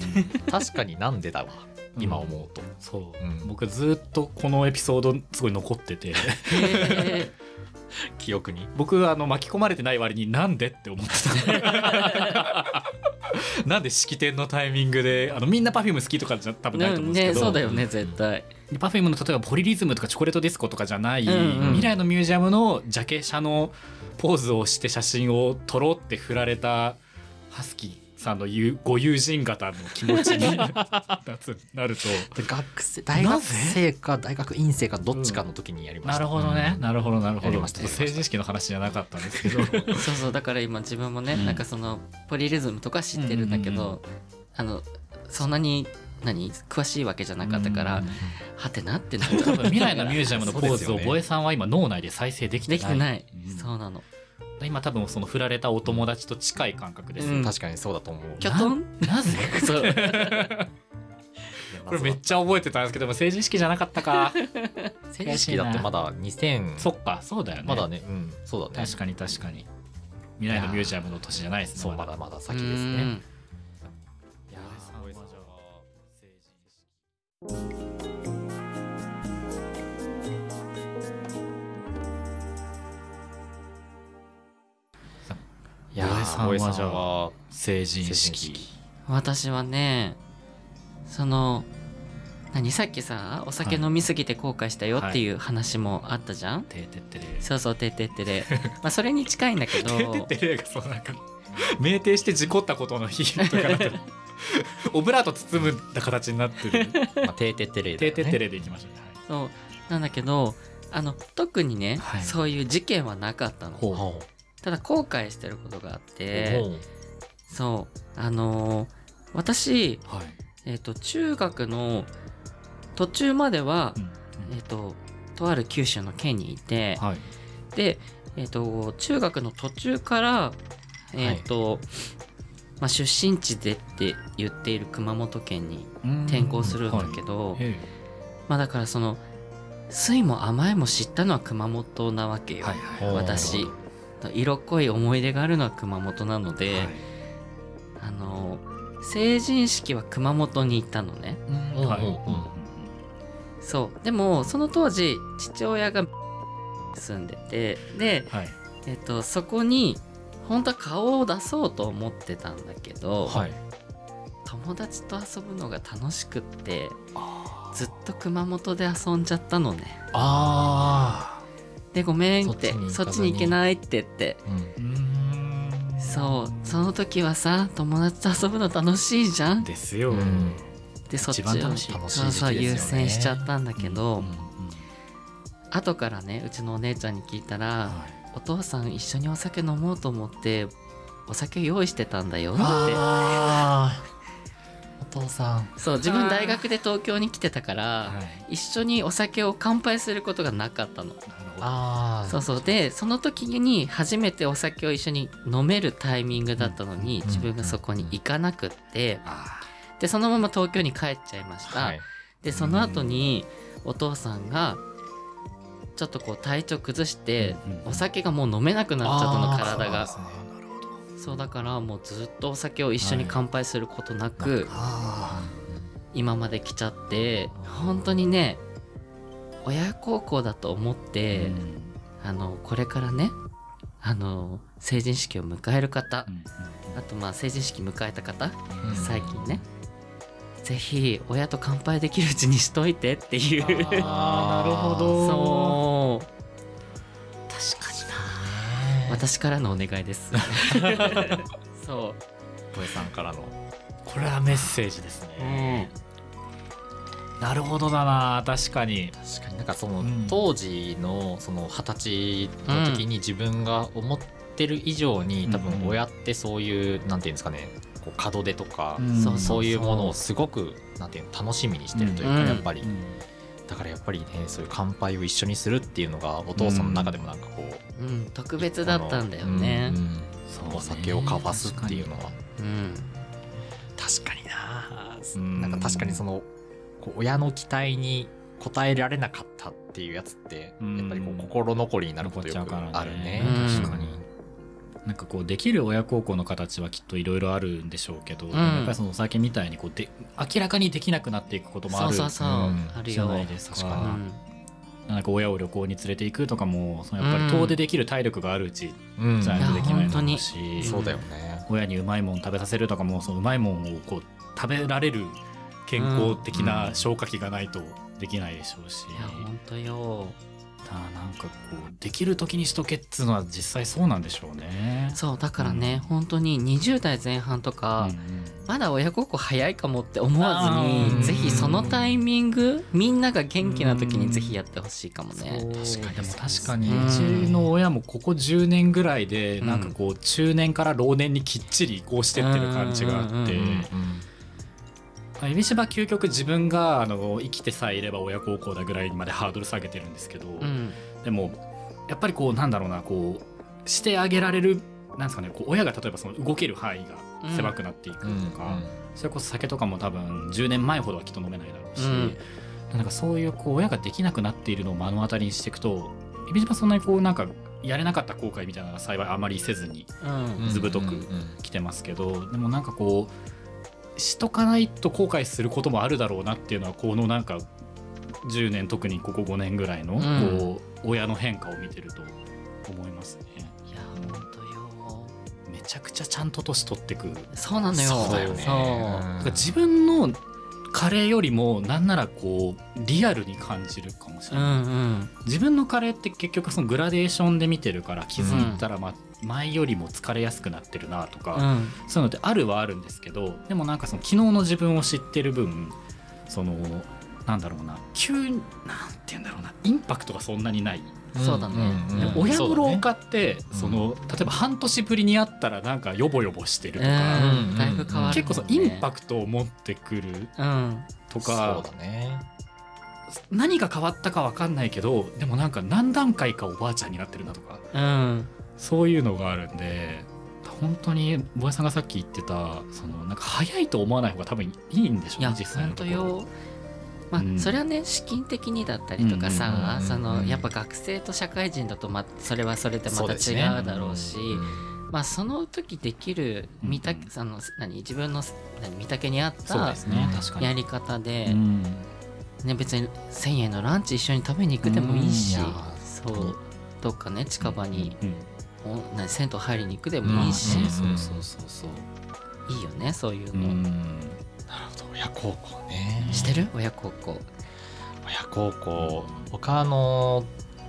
A: 確かになんでだわ
C: うん
A: 今思うと、
C: そう、
A: うん
C: 僕ずっとこのエピソードすごい残って *laughs* て
B: へえ
A: 記憶に
C: 僕あの巻き込まれてない割になんでって思ってた *laughs* なんで式典のタイミングであのみんな Perfume 好きとかじゃ多分ないと思うんです
B: ね
C: けど、
B: そうだよね絶対
C: で Perfume の例えばポリリズムとかチョコレートディスコとかじゃない、
B: うんうん
C: 未来のミュージアムのジャケ写のポーズをして写真を撮ろうって振られたハスキーさんの友ご友人方の気持ちに *laughs* なると。
A: で学生大学生か大学院生かどっちかの時にやりま
C: な
A: した、
C: るほどね、
A: うん
C: なるほどなる
A: や
C: ほ
A: り
C: ど
A: ました
C: ちょっと成人式の話じゃなかったんですけど
B: そうそうだから今自分もね、
C: うん
B: なんかそのポリリズムとか知ってるんだけど、
C: うんうんうん
B: あのそんなに何詳しいわけじゃなかったから、
C: うん
B: はてなってなっ
C: 多
B: た
C: 分未来のミュージアムのポーズ
A: そう
C: を
A: ですよね
C: ボエさんは今脳内で再生できてな
B: でき
C: い
B: てない、
C: うん
B: そうなの
C: 今多分その振られたお友達と近い感覚です、
B: うん
A: 確かにそうだと思う
B: キョトン
C: なぜ
B: そう
C: これめっちゃ覚えてたんですけども成人式じゃなかったか
A: 正式だってまだ
C: *laughs*
A: 2000
C: そっかそうだよね
A: まだねうんそうだね
C: 確かに確かに未来のミュージアムの年じゃないですね
A: そうまだまだ先です
B: う
A: ね
B: ん
C: いやー大江さんはじゃあ成人式
A: いや
C: 大江さんは
A: ー大江さん
C: じゃ
A: は
C: 成人
A: 成人
C: 式
A: 式
B: 私はねその何さっきさお酒飲みすぎて後悔したよっていう話もあったじゃん、
C: てーてってれ
B: そうそうてってって
C: *laughs*
B: でまあそれに近いんだけど
C: ーてってれがそうなんか酩酊して事故ったことの日とかなん *laughs* かオブラート包む形になって *laughs* る
A: *laughs* まあてーてってれーだ
C: て
A: よ
C: ー
A: ね
C: てってれーでいきましょうは
B: そ
C: い
B: うなんだけどあの特にね、
C: はい
B: そういう事件はなかったの
A: ほうほう
B: ただ後悔してることがあってそうあのー私、
C: はい。
B: えっと中学の途中までは、
C: うん
B: えっととある九州の県にいて、
C: はい。
B: で、えっと中学の途中から、えっとまあ、出身地でって言っている熊本県に転校するんだけど、
C: はい。
B: まあ、だからその酸いも甘いも知ったのは熊本なわけよ、
C: はい
A: ほう
B: 私色濃い思い出があるのは熊本なので、あの成人式は熊本に行ったのね
A: うん
C: はい。
A: うん
B: そうでもその当時父親が *laughs* 住んでてで、
C: はい。
B: えっと、そこに本当は顔を出そうと思ってたんだけど、
A: はい
B: 友達と遊ぶのが楽しくってずっと熊本で遊んじゃったのね
A: あ
B: でごめんってそ
A: そ
B: っ
A: っ
B: ち
A: ち
B: に
A: に
B: 行
A: 行かずに
B: けないって言って
A: あうん
B: そうその時はさ友達と遊ぶの楽しいじゃん
C: ですよ。
A: うん
B: でそっちを
C: 一番楽しい
A: 楽しい
B: そう
A: 時期
B: そう
A: ですよね
B: 優先しちゃったんだけど、
C: うんうん
B: 後からねうちのお姉ちゃんに聞いたら、
C: はい
B: お父さん一緒にお酒飲もうと思ってお酒用意してたんだよって
A: あーお父さん
B: そう自分大学で東京に来てたから、
C: はい
B: 一緒にお酒を乾杯することがなかったの
C: なるほど
A: あ
B: そうそうでその時に初めてお酒を一緒に飲めるタイミングだったのに
A: うん
B: 自分がそこに行かなくって
C: あ
B: でそのまま東京に帰っちゃいました、
A: はい
B: でその後にお父さんがちょっとこう体調崩して
C: うんうん
B: お酒がもう飲めなくなっちゃったの
A: あー
B: 体が
A: そうなんですね
B: そうだからもうずっとお酒を一緒に乾杯することなく
A: あ
B: 今まで来ちゃって本当にね親孝行だと思っ
C: ー
B: て
C: うん
B: あのこれからねあの成人式を迎える方
C: うん
B: あとまあ成人式迎えた方
A: ーうん
B: 最近ねぜひ親と乾杯できるうちにしといてっていう
C: あーなるほど
B: そう
C: 確かにな。
B: 私からのお願いです
C: *laughs*
B: そ
A: 小江さんからの
C: これはメッセージです
B: う、
C: ね。なるほどだな。確かに。
A: 確かになんかその、
C: うん
A: 当時のその二十歳の時に自分が思ってる以上に、
C: うん
A: 多分親ってそういうなんていうんですかねこう門出とか、
C: うん
B: そう
A: そういうもの
B: を
A: をすごくなんていうの楽しみにしてるという
B: う
A: か、
B: ん
A: やっぱり、
C: うん
A: だからやっぱりねそういう乾杯を一緒にするっていうのがお父さんの中でもなんかこう、
B: うん、特別だったんだよね
A: うんうん
C: そうね
A: お酒を交わすっていうのは
B: うん
A: 確かにな
C: うん
A: なんか確かにそのこう親の期待に応えられなかったっていうやつって
C: うん
A: やっぱりこう心残りになることよくあるね
B: 残っちゃう
A: 確
B: からね
A: かに
C: なんかこうできる親孝行の形はきっといろいろあるんでしょうけど、
B: ん
C: やっぱりそのお酒みたいにこうで明らかにできなくなっていくこともあ
B: そう
C: る
B: そうそう、
A: うん
B: ある
C: じゃ
B: よ
C: ないですか
A: 確
B: う
A: か
B: ん
C: なんか親を旅行に連れて行くとかもそのやっぱ
B: うん
C: り遠出できる体力があるうち
A: うん
C: じゃないとできないのもし、
B: や
A: そうだよね
C: 親にうまいもん食べさせるとかもそのうまいもんをこう食べられる健康的な消化器がないとできないでしょうし、
B: いや本当よ
C: だからなんかこうできる時にしとけっつうのは実際そうなんでしょうね。
B: そうだからね、本当に20代前半とか、
C: うんうん
B: まだ親孝行早いかもって思わず
A: あ
B: に
A: ー
B: ぜひそのタイミングみんなが元気な時にぜひやってほしいかもね
C: 確かにでも確か
A: に
C: に
B: うん
C: うちの親もここ10年ぐらいで
B: うん
C: なんかこう中年から老年にきっちり移行してってる感じがあっ
B: う
C: て
B: んうんうん
A: うん
C: エビシバ究極自分があの生きてさえいれば親孝行だぐらいまでハードル下げてるんですけど、
B: うん
C: でもやっぱりこうなんだろうなこうしてあげられるなんですかねこう親が例えばその動ける範囲が狭くなっていくとか、それこそ酒とかも多分10年前ほどはきっと飲めないだろうし、
B: うん
C: なんかそういうこう親ができなくなっているのを目の当たりにしていくとエビ島そんなにこうなんかやれなかった後悔みたいなのは幸いあまりせずに
B: うん
C: ずぶとく来てますけどでもなんかこうしとかないと後悔することもあるだろうなっていうのはこのなんか10年特にここ5年ぐらいの
B: うん
C: こう親の変化を見てると思いますね。
B: いや本当よ
C: めちゃくちゃちゃんと年取ってく
B: そうなのよ
A: そうだよね
B: そう
A: うん
C: だから自分のカレーよりもなんならこうリアルに感じるかもしれ
B: う
C: ない、
B: んうん
C: 自分のカレーって結局そのグラデーションで見てるから気づいたら、ま前よりも疲れやすくなってるなとか、
B: うん
C: そういうのってあるはあるんですけどでもなんかその昨日の自分を知ってる分そのなんだろうな急になんて言うんだろうなインパクトがそんなにない、
B: そうだね
C: でも
B: うん
C: 親の老
A: 家
C: 化ってそ、の例えば半年ぶりに会ったらなんかヨボヨボしてるとか、
B: うんだいぶ変わる
C: 結構そのインパクトを持ってくる
B: トうん
C: とか
A: そうだね
C: 何が変わったかわかんないけどでもなんか何段階かおばあちゃんになってるなとか
B: うん
C: そういうのがあるんで本当に坊やさんがさっき言ってたそのなんか早いと思わない方が多分いいんでし
B: い
C: ょ
B: うや
C: ね実際の
B: 本
C: と
B: 当
C: ころ。
B: よまあ、
C: うん
B: それはね資金的にだったりとか
A: うんうんうん
B: さ、
A: うん
B: そのやっぱ学生と社会人だとまそれはそれでまた違うだろうしまあ、その時できる見た、
C: うん
B: その何自分の何見たけに合っ
C: そう
B: た
C: ですね
A: うん
C: 確かに
B: やり方で、
C: うん
B: ね、別に1,000円のランチ一緒に食べに行くでもいいし、
A: うんいや
B: そうどっかね近場に、
C: うん
B: お何銭湯入りに行くでもいいし、
A: うん
C: そうそうそうそう
B: いいよねそういう
C: う
B: の、
C: んなるほど親孝行ね
B: してる親孝行
A: 親孝行僕あの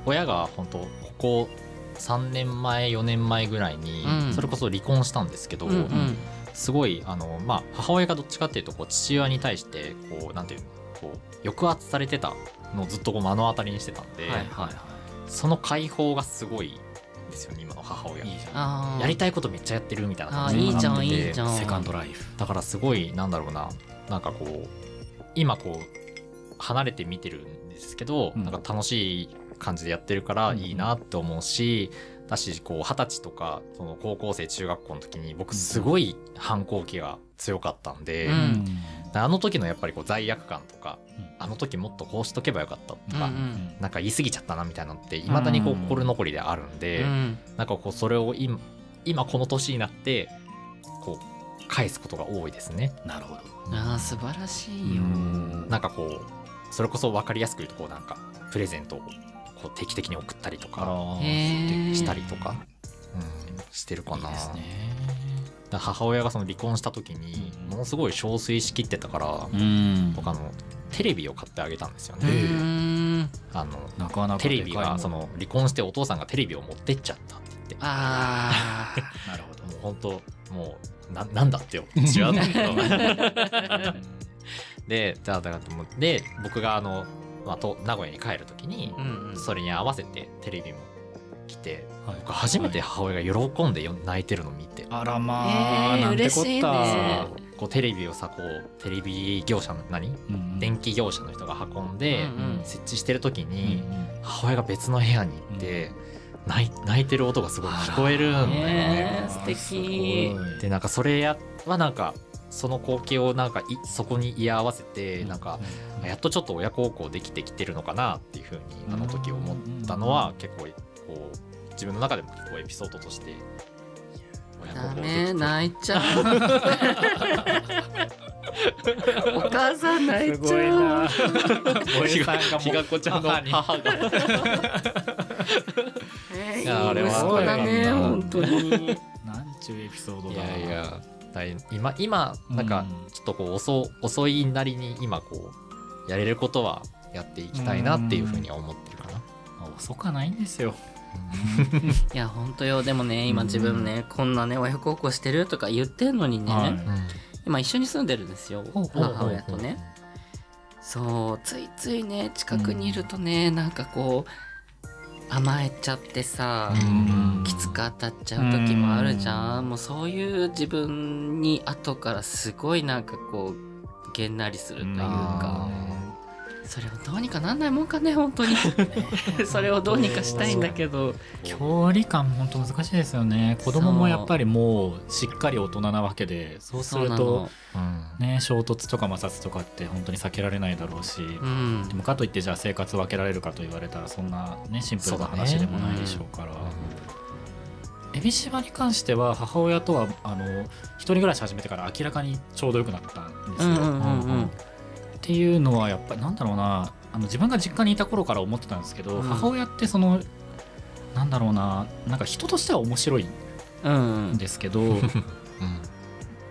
A: 親が本当ここ3年前4年前ぐらいに、
B: うん
A: それこそ離婚したんですけど、
B: うんうん
A: すごいあの、まあ、母親がどっちかっていうとこう父親に対してこうなんていうのこう抑圧されてたのをずっとこう目の当たりにしてたんで、
B: はいは
A: その解放がすごいですよね今の母親
C: いいじゃん
B: あー
A: やりたいことめっちゃやってるみたいな
B: あー
A: 感じ
B: い
A: に
B: い
A: なって
B: じゃ
A: て
B: んいいじゃん
C: セカンドライフ
A: だからすごいなんだろうななんかこう今こう離れて見てるんですけど、
C: うん
A: なんか楽しい感じでやってるから
C: うん
A: いいなって思うし、だしこう二十歳とかその高校生中学校の時に僕すごい反抗期が強かったんで、
B: うん
A: あの時のやっぱりこう罪悪感とか
C: うん
A: あの時もっとこうしとけばよかったとか、
B: うんうん
A: なんか言い過ぎちゃったなみたいなのっていまだにこう
C: うん
A: 心残りであるんで、
B: うん
A: なんかこうそれを今今この年になってこう返すことが多いですね。
C: なるほど
B: あー素晴らしいよ、
A: うんなんかこうそれこそ分かりやすく言うとこうなんかプレゼントをこう定期的に送ったりとか
C: あ
B: へー
A: したりとか、うんしてるか
C: いい
A: な
C: ですね
A: だから母親がその離婚した時に
C: うん
A: ものすごい憔悴しきってたから
C: うん
A: 僕あのテレビを買ってあげたんですよ
B: う
A: ね。
B: ーん
A: あの
C: なかなか
A: テレビ
C: でかいも
A: が
C: ん
A: その離婚してお父さんがテレビを持ってっちゃったって言って
B: あー
C: なるほど
A: もう本当もうななんだっ
C: *laughs*
A: てよ違うんだけどでじゃあだからもうで僕があの、まあ、と名古屋に帰る時に
B: う、んうん
A: それに合わせてテレビも来て
C: はい
A: 僕初めて母親が喜んでよ泣いてるのを見て、
C: *laughs* あらまあ、
B: えー
C: なんて
B: 嬉
C: こ
B: しいね
C: った。
A: こうテレビをさこうテレビ業者の何電
C: 電
A: 気業者の人が運んで、
B: うんうん
A: 設置してる時
C: 気
A: に、母親が別の部屋に行って、泣い泣いてる音がすごい聞こえるんだよね。
B: ねえ素敵
A: でなんかそれやはなんかその光景をなんかいそこに居合わせてなんか、やっとちょっと親孝行できてきてるのかなっていうふうにあの時思ったのは結構こう自分の中でも結構エピソードとして親
B: ダ
A: 孝行でき
B: メ
A: て *laughs*
B: 泣いちゃうお母さん泣いちゃう
A: ひがひ
C: ひ
A: が
C: が
A: こ
C: こ
A: ち
C: ち
A: ゃ
C: ゃ
A: ん
C: ん
A: の
C: の
A: 母が
B: えー
A: いやあ
B: い
A: れ
B: い
A: は
B: 息子だね
A: よかった
B: 本当に
C: なんちゅうエピソードだ。
A: いやいやだい今今
C: うん
A: なんかちょっとこう遅遅いなりに今こうやれることはやっていきたいなっていうふうには思ってるかな。
C: まあ遅かないんですよ。
B: いや本当よでもね今自分ねこんなね親孝行してるとか言ってんのにね、
C: はい
B: 今一緒に住んでるんですよ
C: ほうほうほう
B: 母親とねそうついついね近くにいるとね、なんかこう甘えちゃってさ、
A: うん
B: きつく当たっちゃう時もあるじゃん、もうそういう自分に後からすごいなんかこうげんなりするという
A: あ
B: かそれをどうにかなんないもんかね本
C: *laughs*
B: 当にそれをどうにかしたいんだけど
C: 距離感本当難しいですよね子供もやっぱりもうしっかり大人なわけでそうす
B: そう
C: る
B: な
C: と
B: の、
A: うん
C: ね衝突とか摩擦とかって本当に避けられないだろうし、
B: うん
C: で、もかといってじゃあ生活分けられるかと言われたらそんなねシンプルな話でもないでしょうから海老島に関しては母親とはあの一人暮らし始めてから明らかにちょうどよくなったんです
B: う
C: よ。
B: んうんうんうん
C: っていうのはやっぱりなんだろうなあの自分が実家にいた頃から思ってたんですけ
B: う
C: ど、
B: ん
C: 母親ってそのなんだろうななんか人としては面白いん
B: うんうん
C: です
B: *laughs*
C: けど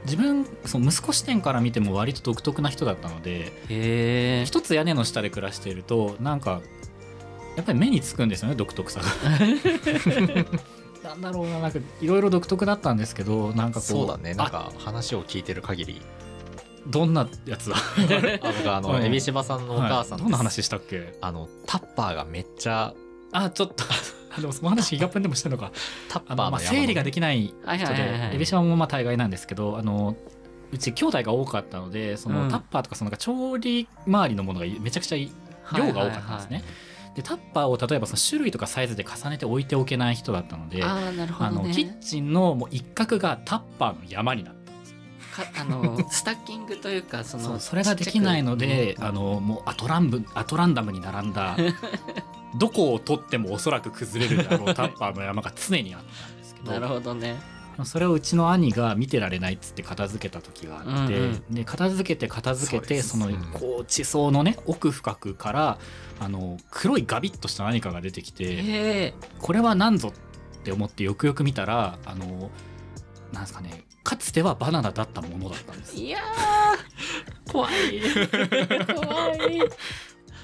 C: 自分その息子視点から見ても割と独特な人だったので
B: へえ
C: 一つ屋根の下で暮らしているとなんかやっぱり目につくんですよね独
B: *laughs*
C: 特さが。なんだろうななんかいろいろ独特だったんですけどなんかこう
A: そうだねなん
C: あ
A: か話を聞いてる限り
C: どんなやつだ
A: あ僕あ
C: う
A: の
C: ん
A: エビシバさんのお母さん
C: はい
A: です
C: どんな話したっけ
A: あのタッパーがめっちゃ
C: あちょっとあでもそ
B: *laughs*
C: の話ギガップンでもしてんのか
A: タッパ
C: あ
A: ー
C: の、
A: の山
C: ま
A: の
C: あ、整理ができない
B: はいは
C: 人
B: いはいは
C: で
B: い
C: エビシマもまあ大概なんですけどあのうち兄弟が多かったのでその、
B: うん
C: タッパーとかそのなんか調理周りのものがめちゃくちゃ量が多かったんですね。でタッパーを例えばその種類とかサイズで重ねて置いておけない人だったので
B: ああなるほ
C: あ
B: ど
C: のキ
B: ね
C: ッチンのもう一角がタッパーの山になって
B: かあ
C: *laughs*
B: のスタッキングというかそ
C: そ
B: の
C: うそれができないので、
B: ちっちゃく
C: あのもうアトランブアトランダムに並ん
B: *laughs*
C: だどこを取ってもおそらく崩れるであろうタッパーの山が常にあったんですけ
B: なるほどね
C: それをうちの兄が見てられないっつって片付けた時があって、
B: うん
C: で片付けて片付け
A: そう
C: て
A: で
C: そ
A: す
C: の
A: うん
C: こう地層のね奥深くからあの黒いガビッとした何かが出てきて
B: へえ
C: これは何ぞって思ってよくよく見たらあのなんですかねかつてはバナナだったものだったんです
B: いやー
C: *laughs*
B: 怖い怖い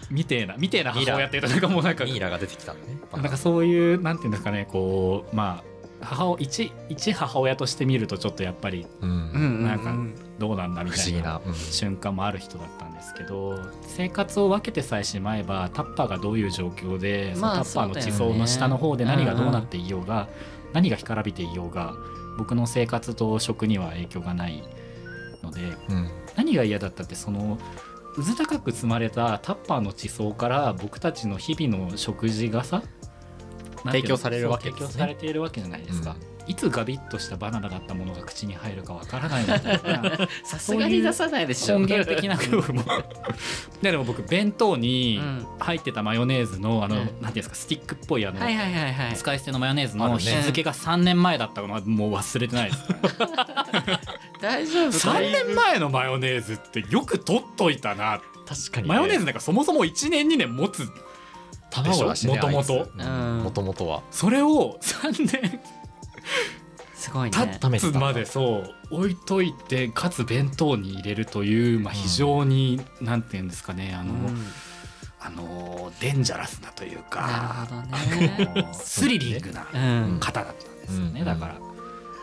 C: みてえなみてえな
A: ミイラ
C: 母親っていうとなんかもうなんか
A: ミイラが出てきたのね
C: なんかそういうなんていうんですかねこうまあ母を一一母親として見るとちょっとやっぱり
A: うん
B: うん
C: なんか
B: う
C: どうなんだみ
A: 不
C: た
A: 思
C: い
A: 議
C: な
A: な、うん
C: 瞬間もある人だったんですけど生活を分けてさえしまえばタッパーがどういう状況で、その
B: まあ
C: タッパーの地
B: そうだ
C: 層
B: よ
C: の
B: ね
C: 下の方で何がどうなっていようが、何が干からびていようが僕の生活と食には影響がないので
A: うん
C: 何が嫌だったってそのうず高く積まれたタッパーの地層から僕たちの日々の食事がさ
A: 提供されるわけ
C: で、
A: ですす
C: そ
A: ね
C: う提供されているわけじゃないですか、いつガビッとしたバナナだったものが口に入るかわからないみたいな。
B: さすがに出さないでしょ
C: 根
B: *laughs*
C: 源的な部分もでも僕弁当に
B: うん
C: 入ってたマヨネーズのあの、
B: うん
C: なんていうんですかスティックっぽいあの、
B: はいはいはいはい
C: 使い捨てのマヨネーズ
A: ある
C: の
A: ね
C: 日付が3年前だったのはもう忘れて
B: *laughs*
C: ないですから、
B: 大丈夫
C: 3年前のマヨネーズってよく取っといたな
A: 確かにね、
C: マヨネーズなんかそもそも1年2年持つ
A: 卵だしね
C: でしょ元々
B: うん
A: もともとは
C: それを3年
B: すごい
C: 経
B: ね
C: つまでそう置いといてかつ弁当に入れるという、まあ、非常に、なんていうんですかねあの、
B: うん
C: あのーデンジャラスなという
B: な
C: か、
B: るほどね
C: あのースリリングな
B: うん
C: 方だったんですよね、
A: うん
C: だか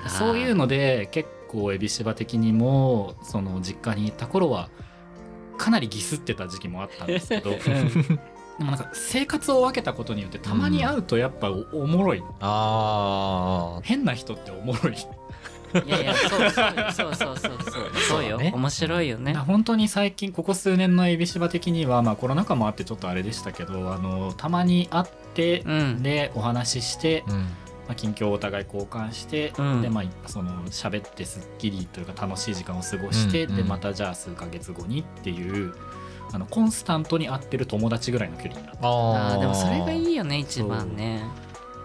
C: ら、そういうので結構エビシバ的にもその実家にいた頃はかなりギスってた時期もあったんで
B: *laughs*
C: すけどでもなんか生活を分けたことによってたまに会うとやっぱおおもろい
A: あー
C: 変な人っておもろい
B: いやいやそうそうそうそうそうそうそうよ
A: そうだね
B: 面白いよね
C: な本当に最近ここ数年のエビシバ的には、まあ、コロナ禍もあってちょっとあれでしたけどあのたまに会って、
B: うん
C: でお話しして
A: うん
C: まあ、近況をお互い交換して、
B: うん
C: でまあその喋ってすっきりというか楽しい時間を過ごして、
A: うんうん
C: でまたじゃあ数ヶ月後にっていうあのコンスタントに会ってる友達ぐらいの距離になる
B: あーでもそれがい
A: い
B: いよね一番ね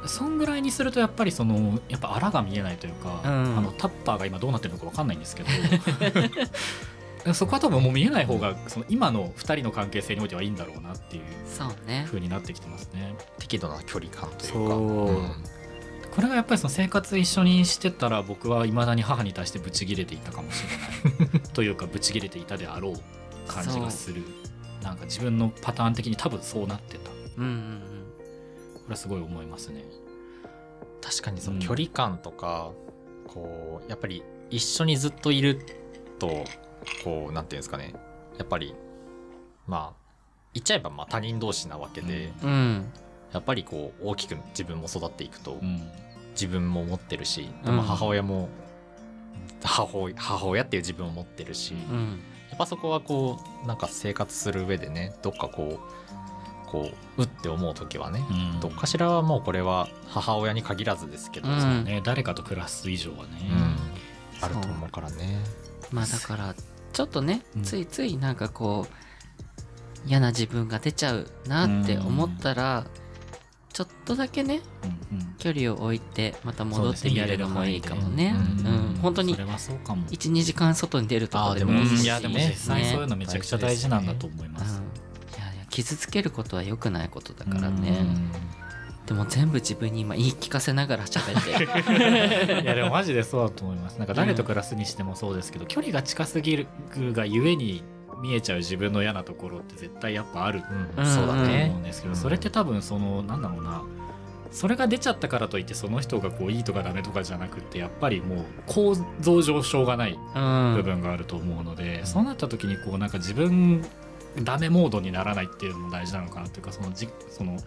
C: そんぐらいにするとやっぱりそのやっぱ荒が見えないというか、
B: うん
C: あのタッパーが今どうなってるのか分かんないんですけ
A: *laughs*
C: どそこは多分もう見えない方がその今の2人の関係性においてはいいんだろうなっていう
B: そうね
C: 風になってきてますね。
A: 適度な距離感というか
C: そうこれがやっぱりその生活一緒にしてたら僕はいまだに母に対してブチギレていたかもしれないというかブチギレていたであろう感じがするなんか自分のパターン的に多分そうなってたこ
B: うんうん
C: れはすごい思いますね
A: 確かにその距離感とか、こうやっぱり一緒にずっといるとこうなんていうんですかねやっぱりまあ言っちゃえばまあ他人同士なわけで、
C: うん
B: うんうん
A: やっぱりこう大きく自分も育っていくと、
C: うん
A: 自分も持ってるし、
B: うん
A: まあ母親も母親母親っていう自分を持ってるし、
C: うん
B: うん
A: やっぱそこはこうなんか生活する上でねどっかこうこううって思う時はね、
C: うん
A: どっかしらはもうこれは母親に限らずですけど、
B: う
A: うんん
C: ね、誰かと暮らす以上はね、
A: あると思うからね。
B: まあだからちょっとね
C: うん
B: ついついなんかこう嫌な自分が出ちゃうなって思ったらちょっとだけね
C: うんうん
B: 距離を置いてまた
C: そう
B: 戻
C: で
B: っ
C: す
B: て
C: ね
B: み
C: やれ
B: る
C: る
B: のも
C: 範
B: い
C: 囲
B: い
C: で
B: かもねうん本当に
C: それはそうかも
B: 12時間外に出るとかでも
A: あー
B: い
A: で
B: い
A: も
B: し
A: うん
C: いやでも実際そういうのめちゃくちゃ大事なんだと思い
B: うん
C: ます、
B: いやいや傷つけることは良くないことだから
A: う
B: ね
A: ん
B: でも全部自分に今言い聞かせながら喋ってる
C: いやでもマジでそうだと思いますなんか誰と暮らすにしてもそうですけど、距離が近すぎるがゆえに見えちゃう自分の嫌なところって絶対やっぱある
A: うんそうだ
C: と
A: ね
C: 思うんですけど、それって多分そのなんだろうなそれが出ちゃったからといってその人がこういいとかダメとかじゃなくってやっぱりもう構造上しょうがない
B: うん
C: 部分があると思うので、そうなった時にこうなんか自分ダメモードにならないっていうのも大事なのかなというかそのじその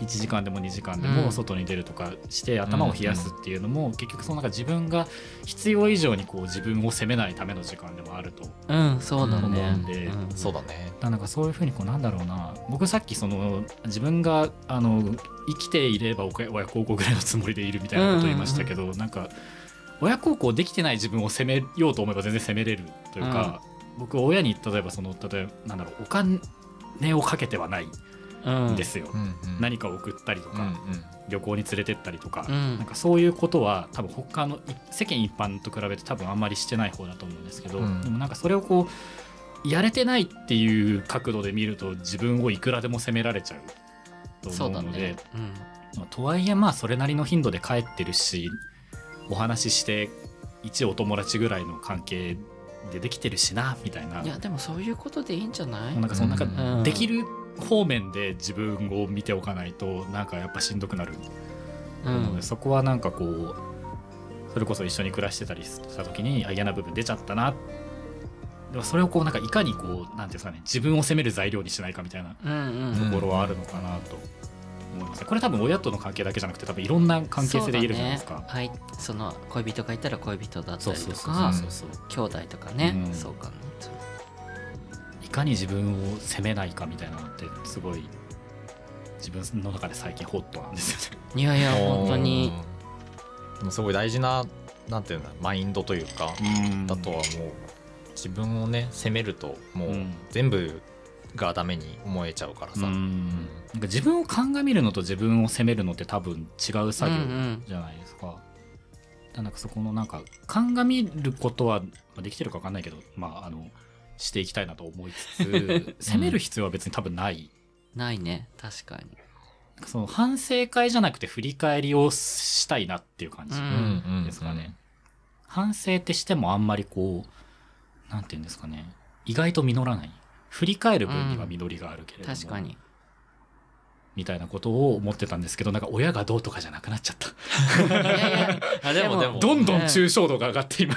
C: 1時間でも2時間で
B: う
C: も
B: ん
C: 外に出るとかして頭を冷やすっていうのも、結局そのなんか自分が必要以上にこう自分を責めないための時間でもあると
B: うんそうだ
A: 思
B: ね
A: うん
C: で
B: うん
A: そうだね。
C: だからなんかそういうふうにこうなんだろうな僕さっきその自分があの生きていれば親親孝行ぐらいのつもりでいるみたいなことを言いましたけど、なんか親孝行できてない自分を責めようと思えば全然責めれるというか、僕親に例えばその例えばなんだろうお金をかけてはないん
B: うん
C: ですよ、
A: うんうん
C: 何かを送ったりと
A: うん
C: か、
A: うん
C: 旅行に連れてったりとか、
B: うん
C: なんかそういうことは多分他のい世間一般と比べて多分あんまりしてない方だと思うんですけど、
A: うん
C: でもなんかそれをこうやれてないっていう角度で見ると自分をいくらでも責められちゃうと
B: そう
C: 思
B: だ
C: うので
B: ね
C: まあとはいえまあそれなりの頻度で帰ってるしお話しして一お友達ぐらいの関係でできてるしなみたいな
B: うんいやでもそういうことでいいんじゃない
C: なんかそのなんか
B: うん
C: できる方面で自分を見ておかないとなんかやっぱしんどくなる
B: う
C: なの
B: ん
C: でそこはなんかこうそれこそ一緒に暮らしてたりした時にあ嫌な部分出ちゃったなでもそれをこうなんかいかにこうなんていうんですかね自分を責める材料にしないかみたいな
B: うんうん
C: ところはあるのかなと思います、これ多分親との関係だけじゃなくて多分いろんな関係性で言えるじゃないです
B: そう
C: か
B: だね。はい、その恋人がいたら恋人だったりと
A: う
B: か
A: そう
C: そう
B: 兄弟とかね、
C: うん
B: そうかねそう
C: いかに自分を責めないかみたいなのってすごい自分の中で最近ホットなんですよね。
B: いやいや本当に
A: うん。でもすごい大事ななんていうんだマインドというか、だとはもう自分をね責めるともう
C: うん
A: 全部がダメに思えちゃうからさ。
C: うんなんか自分を鑑みるのと自分を責めるのって多分違う作業
B: うんうん
C: じゃないですか。だからなんかそこのなんか鑑みることはまあできてるか分かんないけど、まあ、あのしていきたいなと思
B: *laughs*
C: いつ *laughs* つ責める必要は別に多分ない。
B: ないね確かに
C: なんかその反省会じゃなくて振り返りをしたいなっていう感じ。
B: うん
A: うんうんうん
C: ですかね。反省ってしてもあんまりこうなんて言うんですかね意外と実らない。振り返る分には実りがあるけれども、
B: 確かに
C: みたいなことを思ってたんですけどなんか親がどうとかじゃなくなっちゃった。
B: いやいや
A: あでも
B: で
A: で
B: も
A: も
C: どんどん抽象度が上がって今、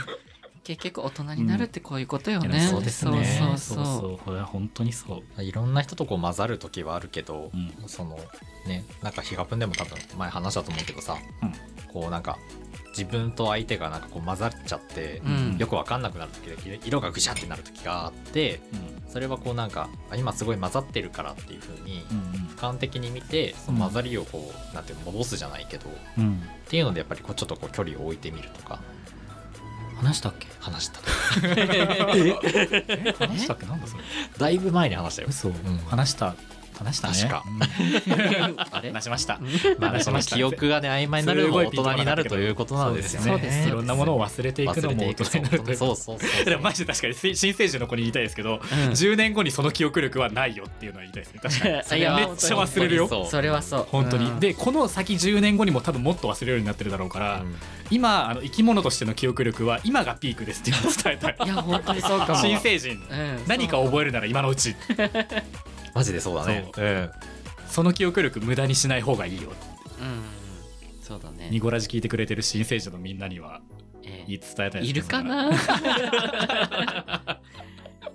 B: 結局大人になるってこういうことよ
C: い
B: ね、
C: やそうですね
B: そうそうそう
C: そうこれは本当にそう、
A: いろんな人とこう混ざる時はあるけど、
C: うん
A: そのねなんか比嘉君でも多分前話したと思うけどさ、
C: うん
A: こうなんか自分と相手がなんかこう混ざっちゃって、
B: うん
A: よくわかんなくなる時で色がぐしゃってなる時があってそれはこうなんかあ今すごい混ざってるからっていう風に俯瞰的に見てその混ざりをこう、なんていうの戻すじゃないけどっ
C: うんうん
A: ていうのでやっぱりこうちょっとこう距離を置いてみるとか
B: 話したっけ
A: 話した
C: 話したって *laughs* なんだそれ
A: だいぶ前に話 *laughs* したよ
C: 嘘、
A: ん
C: 話した話したね
A: 確か
B: *laughs* あれ
C: 話しました
A: まあ、その記憶がね曖昧になるのも大人になるということなんですよね。
B: そうです
C: いろんなものを忘れていくのも大人になるという
A: そうそうそ
C: *laughs*
A: う
C: でもマジで確かに新新成人の子に言いたいですけど、
B: うん
C: 10年後にその記憶力はないよっていうのは言いたいですね確かに
B: それは
C: めっちゃ忘れるよ
A: そう
B: それはそう
C: 本当に、
B: うん
C: でこの先10年後にも多分もっと忘れるようになってるだろうから、今あの生き物としての記憶力は今がピークですっていうのを伝えた
B: *laughs*
C: い
B: いや本当にそうかも
C: 新成人
B: うん
C: 何か覚えるなら今のうち
A: マジでそうだね。うん
C: その記憶力無駄にしない方がいいよ
B: うんそうだね
C: ニゴラジ聞いてくれてる新成人のみんなには
B: ええ
C: 言い伝えたいですね
B: いるかな *laughs*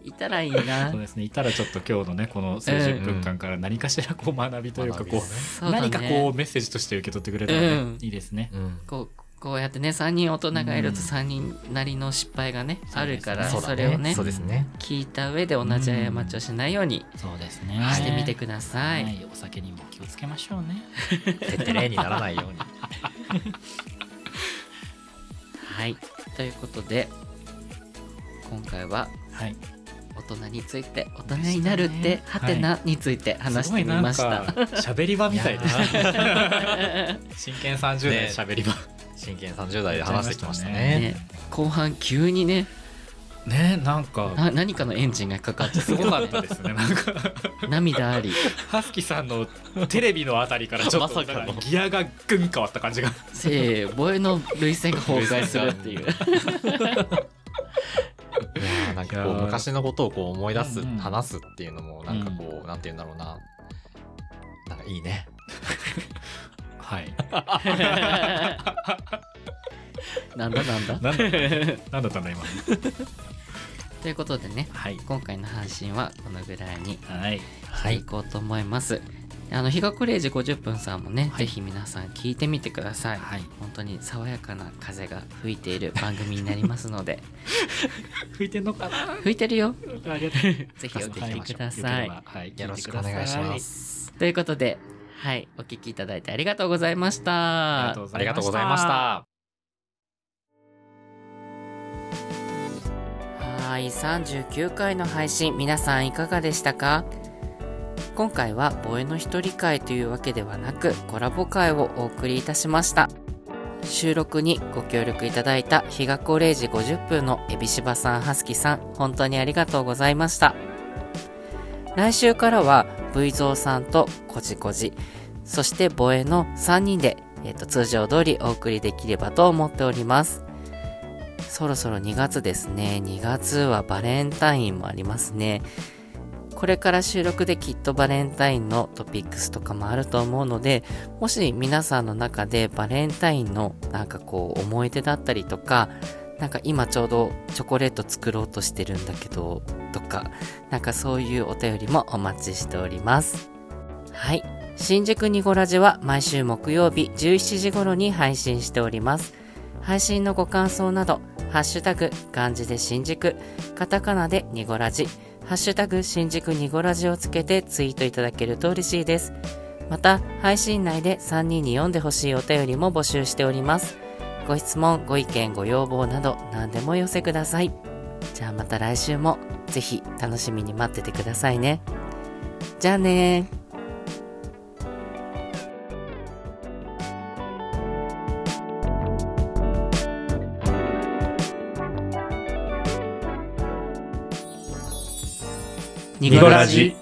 B: いたらいいな
C: そうですねいたらちょっと今日のねこの数十分間から何かしらこう学びというかこう、
B: そうだね
C: 何かこうメッセージとして受け取ってくれたらね、
B: うん
C: いいですね
A: う、ん
B: こうこうやってね3人大人がいると
C: うん
B: 3人なりの失敗がね、あるから
A: そう
B: そ
A: だ
B: れをね
A: そうですね
B: 聞いた上で同じ過ちをしないように
C: そうですね
B: してみてください、
C: はいお酒にも気をつけましょうね
A: てってれにならないように
B: はい、ということで今回は
C: はい
B: 大人について大人になるって
C: でし
B: ハ
C: たね
B: テナについて話してみました、
C: すごいなんか喋り場み
B: *laughs*
C: たいですね真剣30
A: ね
C: 年喋り場
A: 真剣30代で話してきましたね
B: ね、後半急にね
C: ねなんか
B: な何かのエンジンがかかって
C: すごかったですねなんか
B: 涙あり
C: ハスキさんのテレビのあたりからちょっと
A: まさかの
C: なんかギアがぐん変わった感じが
B: せーボエの涙腺が崩壊するって *laughs* いう
A: いやーなんか
C: いう
A: こ
C: やー
A: 昔のことをこう思い出す、
C: うんうん
A: 話すっていうのもなんかこう、なんて言うんだろうななんかいいね
C: はい
B: なんだなんだ
C: なんだなんだったんだ今
B: ということでね
C: はい
B: 今回の配信はこのぐらいに
C: はい
B: していこうと思います、あの日が暮れ時50分さんもね、ぜひ皆さん聞いてみてください、
C: はい
B: 本当に爽やかな風が吹いている番組になります *laughs* ので
C: 吹いてんのかな
B: 吹いてるよ
C: ありがとう
B: ぜひお
A: はい
B: 聞きください、
C: はい
A: よろしくお願いします
B: ということではいお聞きいただいてありがとうございまし
C: あり
B: た
C: がとうござ
A: あ
C: いました
A: りがとうございました
B: はい39回の配信皆さんいかがでしたか今回は「ボエの一人会」というわけではなくコラボ会をお送りいたしました収録にご協力いただいた日が高0時50分のエビシバさんハスキさん本当にありがとうございました来週からは V ゾーさんとコジコジそしてボエの3人で、えっと通常通りお送りできればと思っておりますそろそろ2月ですね。2月はバレンタインもありますね。これから収録できっとバレンタインのトピックスとかもあると思うので、もし皆さんの中でバレンタインのなんかこう思い出だったりとか、なんか今ちょうどチョコレート作ろうとしてるんだけど、とか、なんかそういうお便りもお待ちしております。はい。新宿ニゴラジは毎週木曜日17時頃に配信しております。配信のご感想など、ハッシュタグ、漢字で新宿、カタカナでニゴラジ、ハッシュタグ、新宿ニゴラジをつけてツイートいただけると嬉しいです。また、配信内で3人に読んでほしいお便りも募集しております。ご質問、ご意見、ご要望など、何でもお寄せください。じゃあまた来週も、ぜひ楽しみに待っててくださいね。じゃあねー。ニ
C: ニゴラジ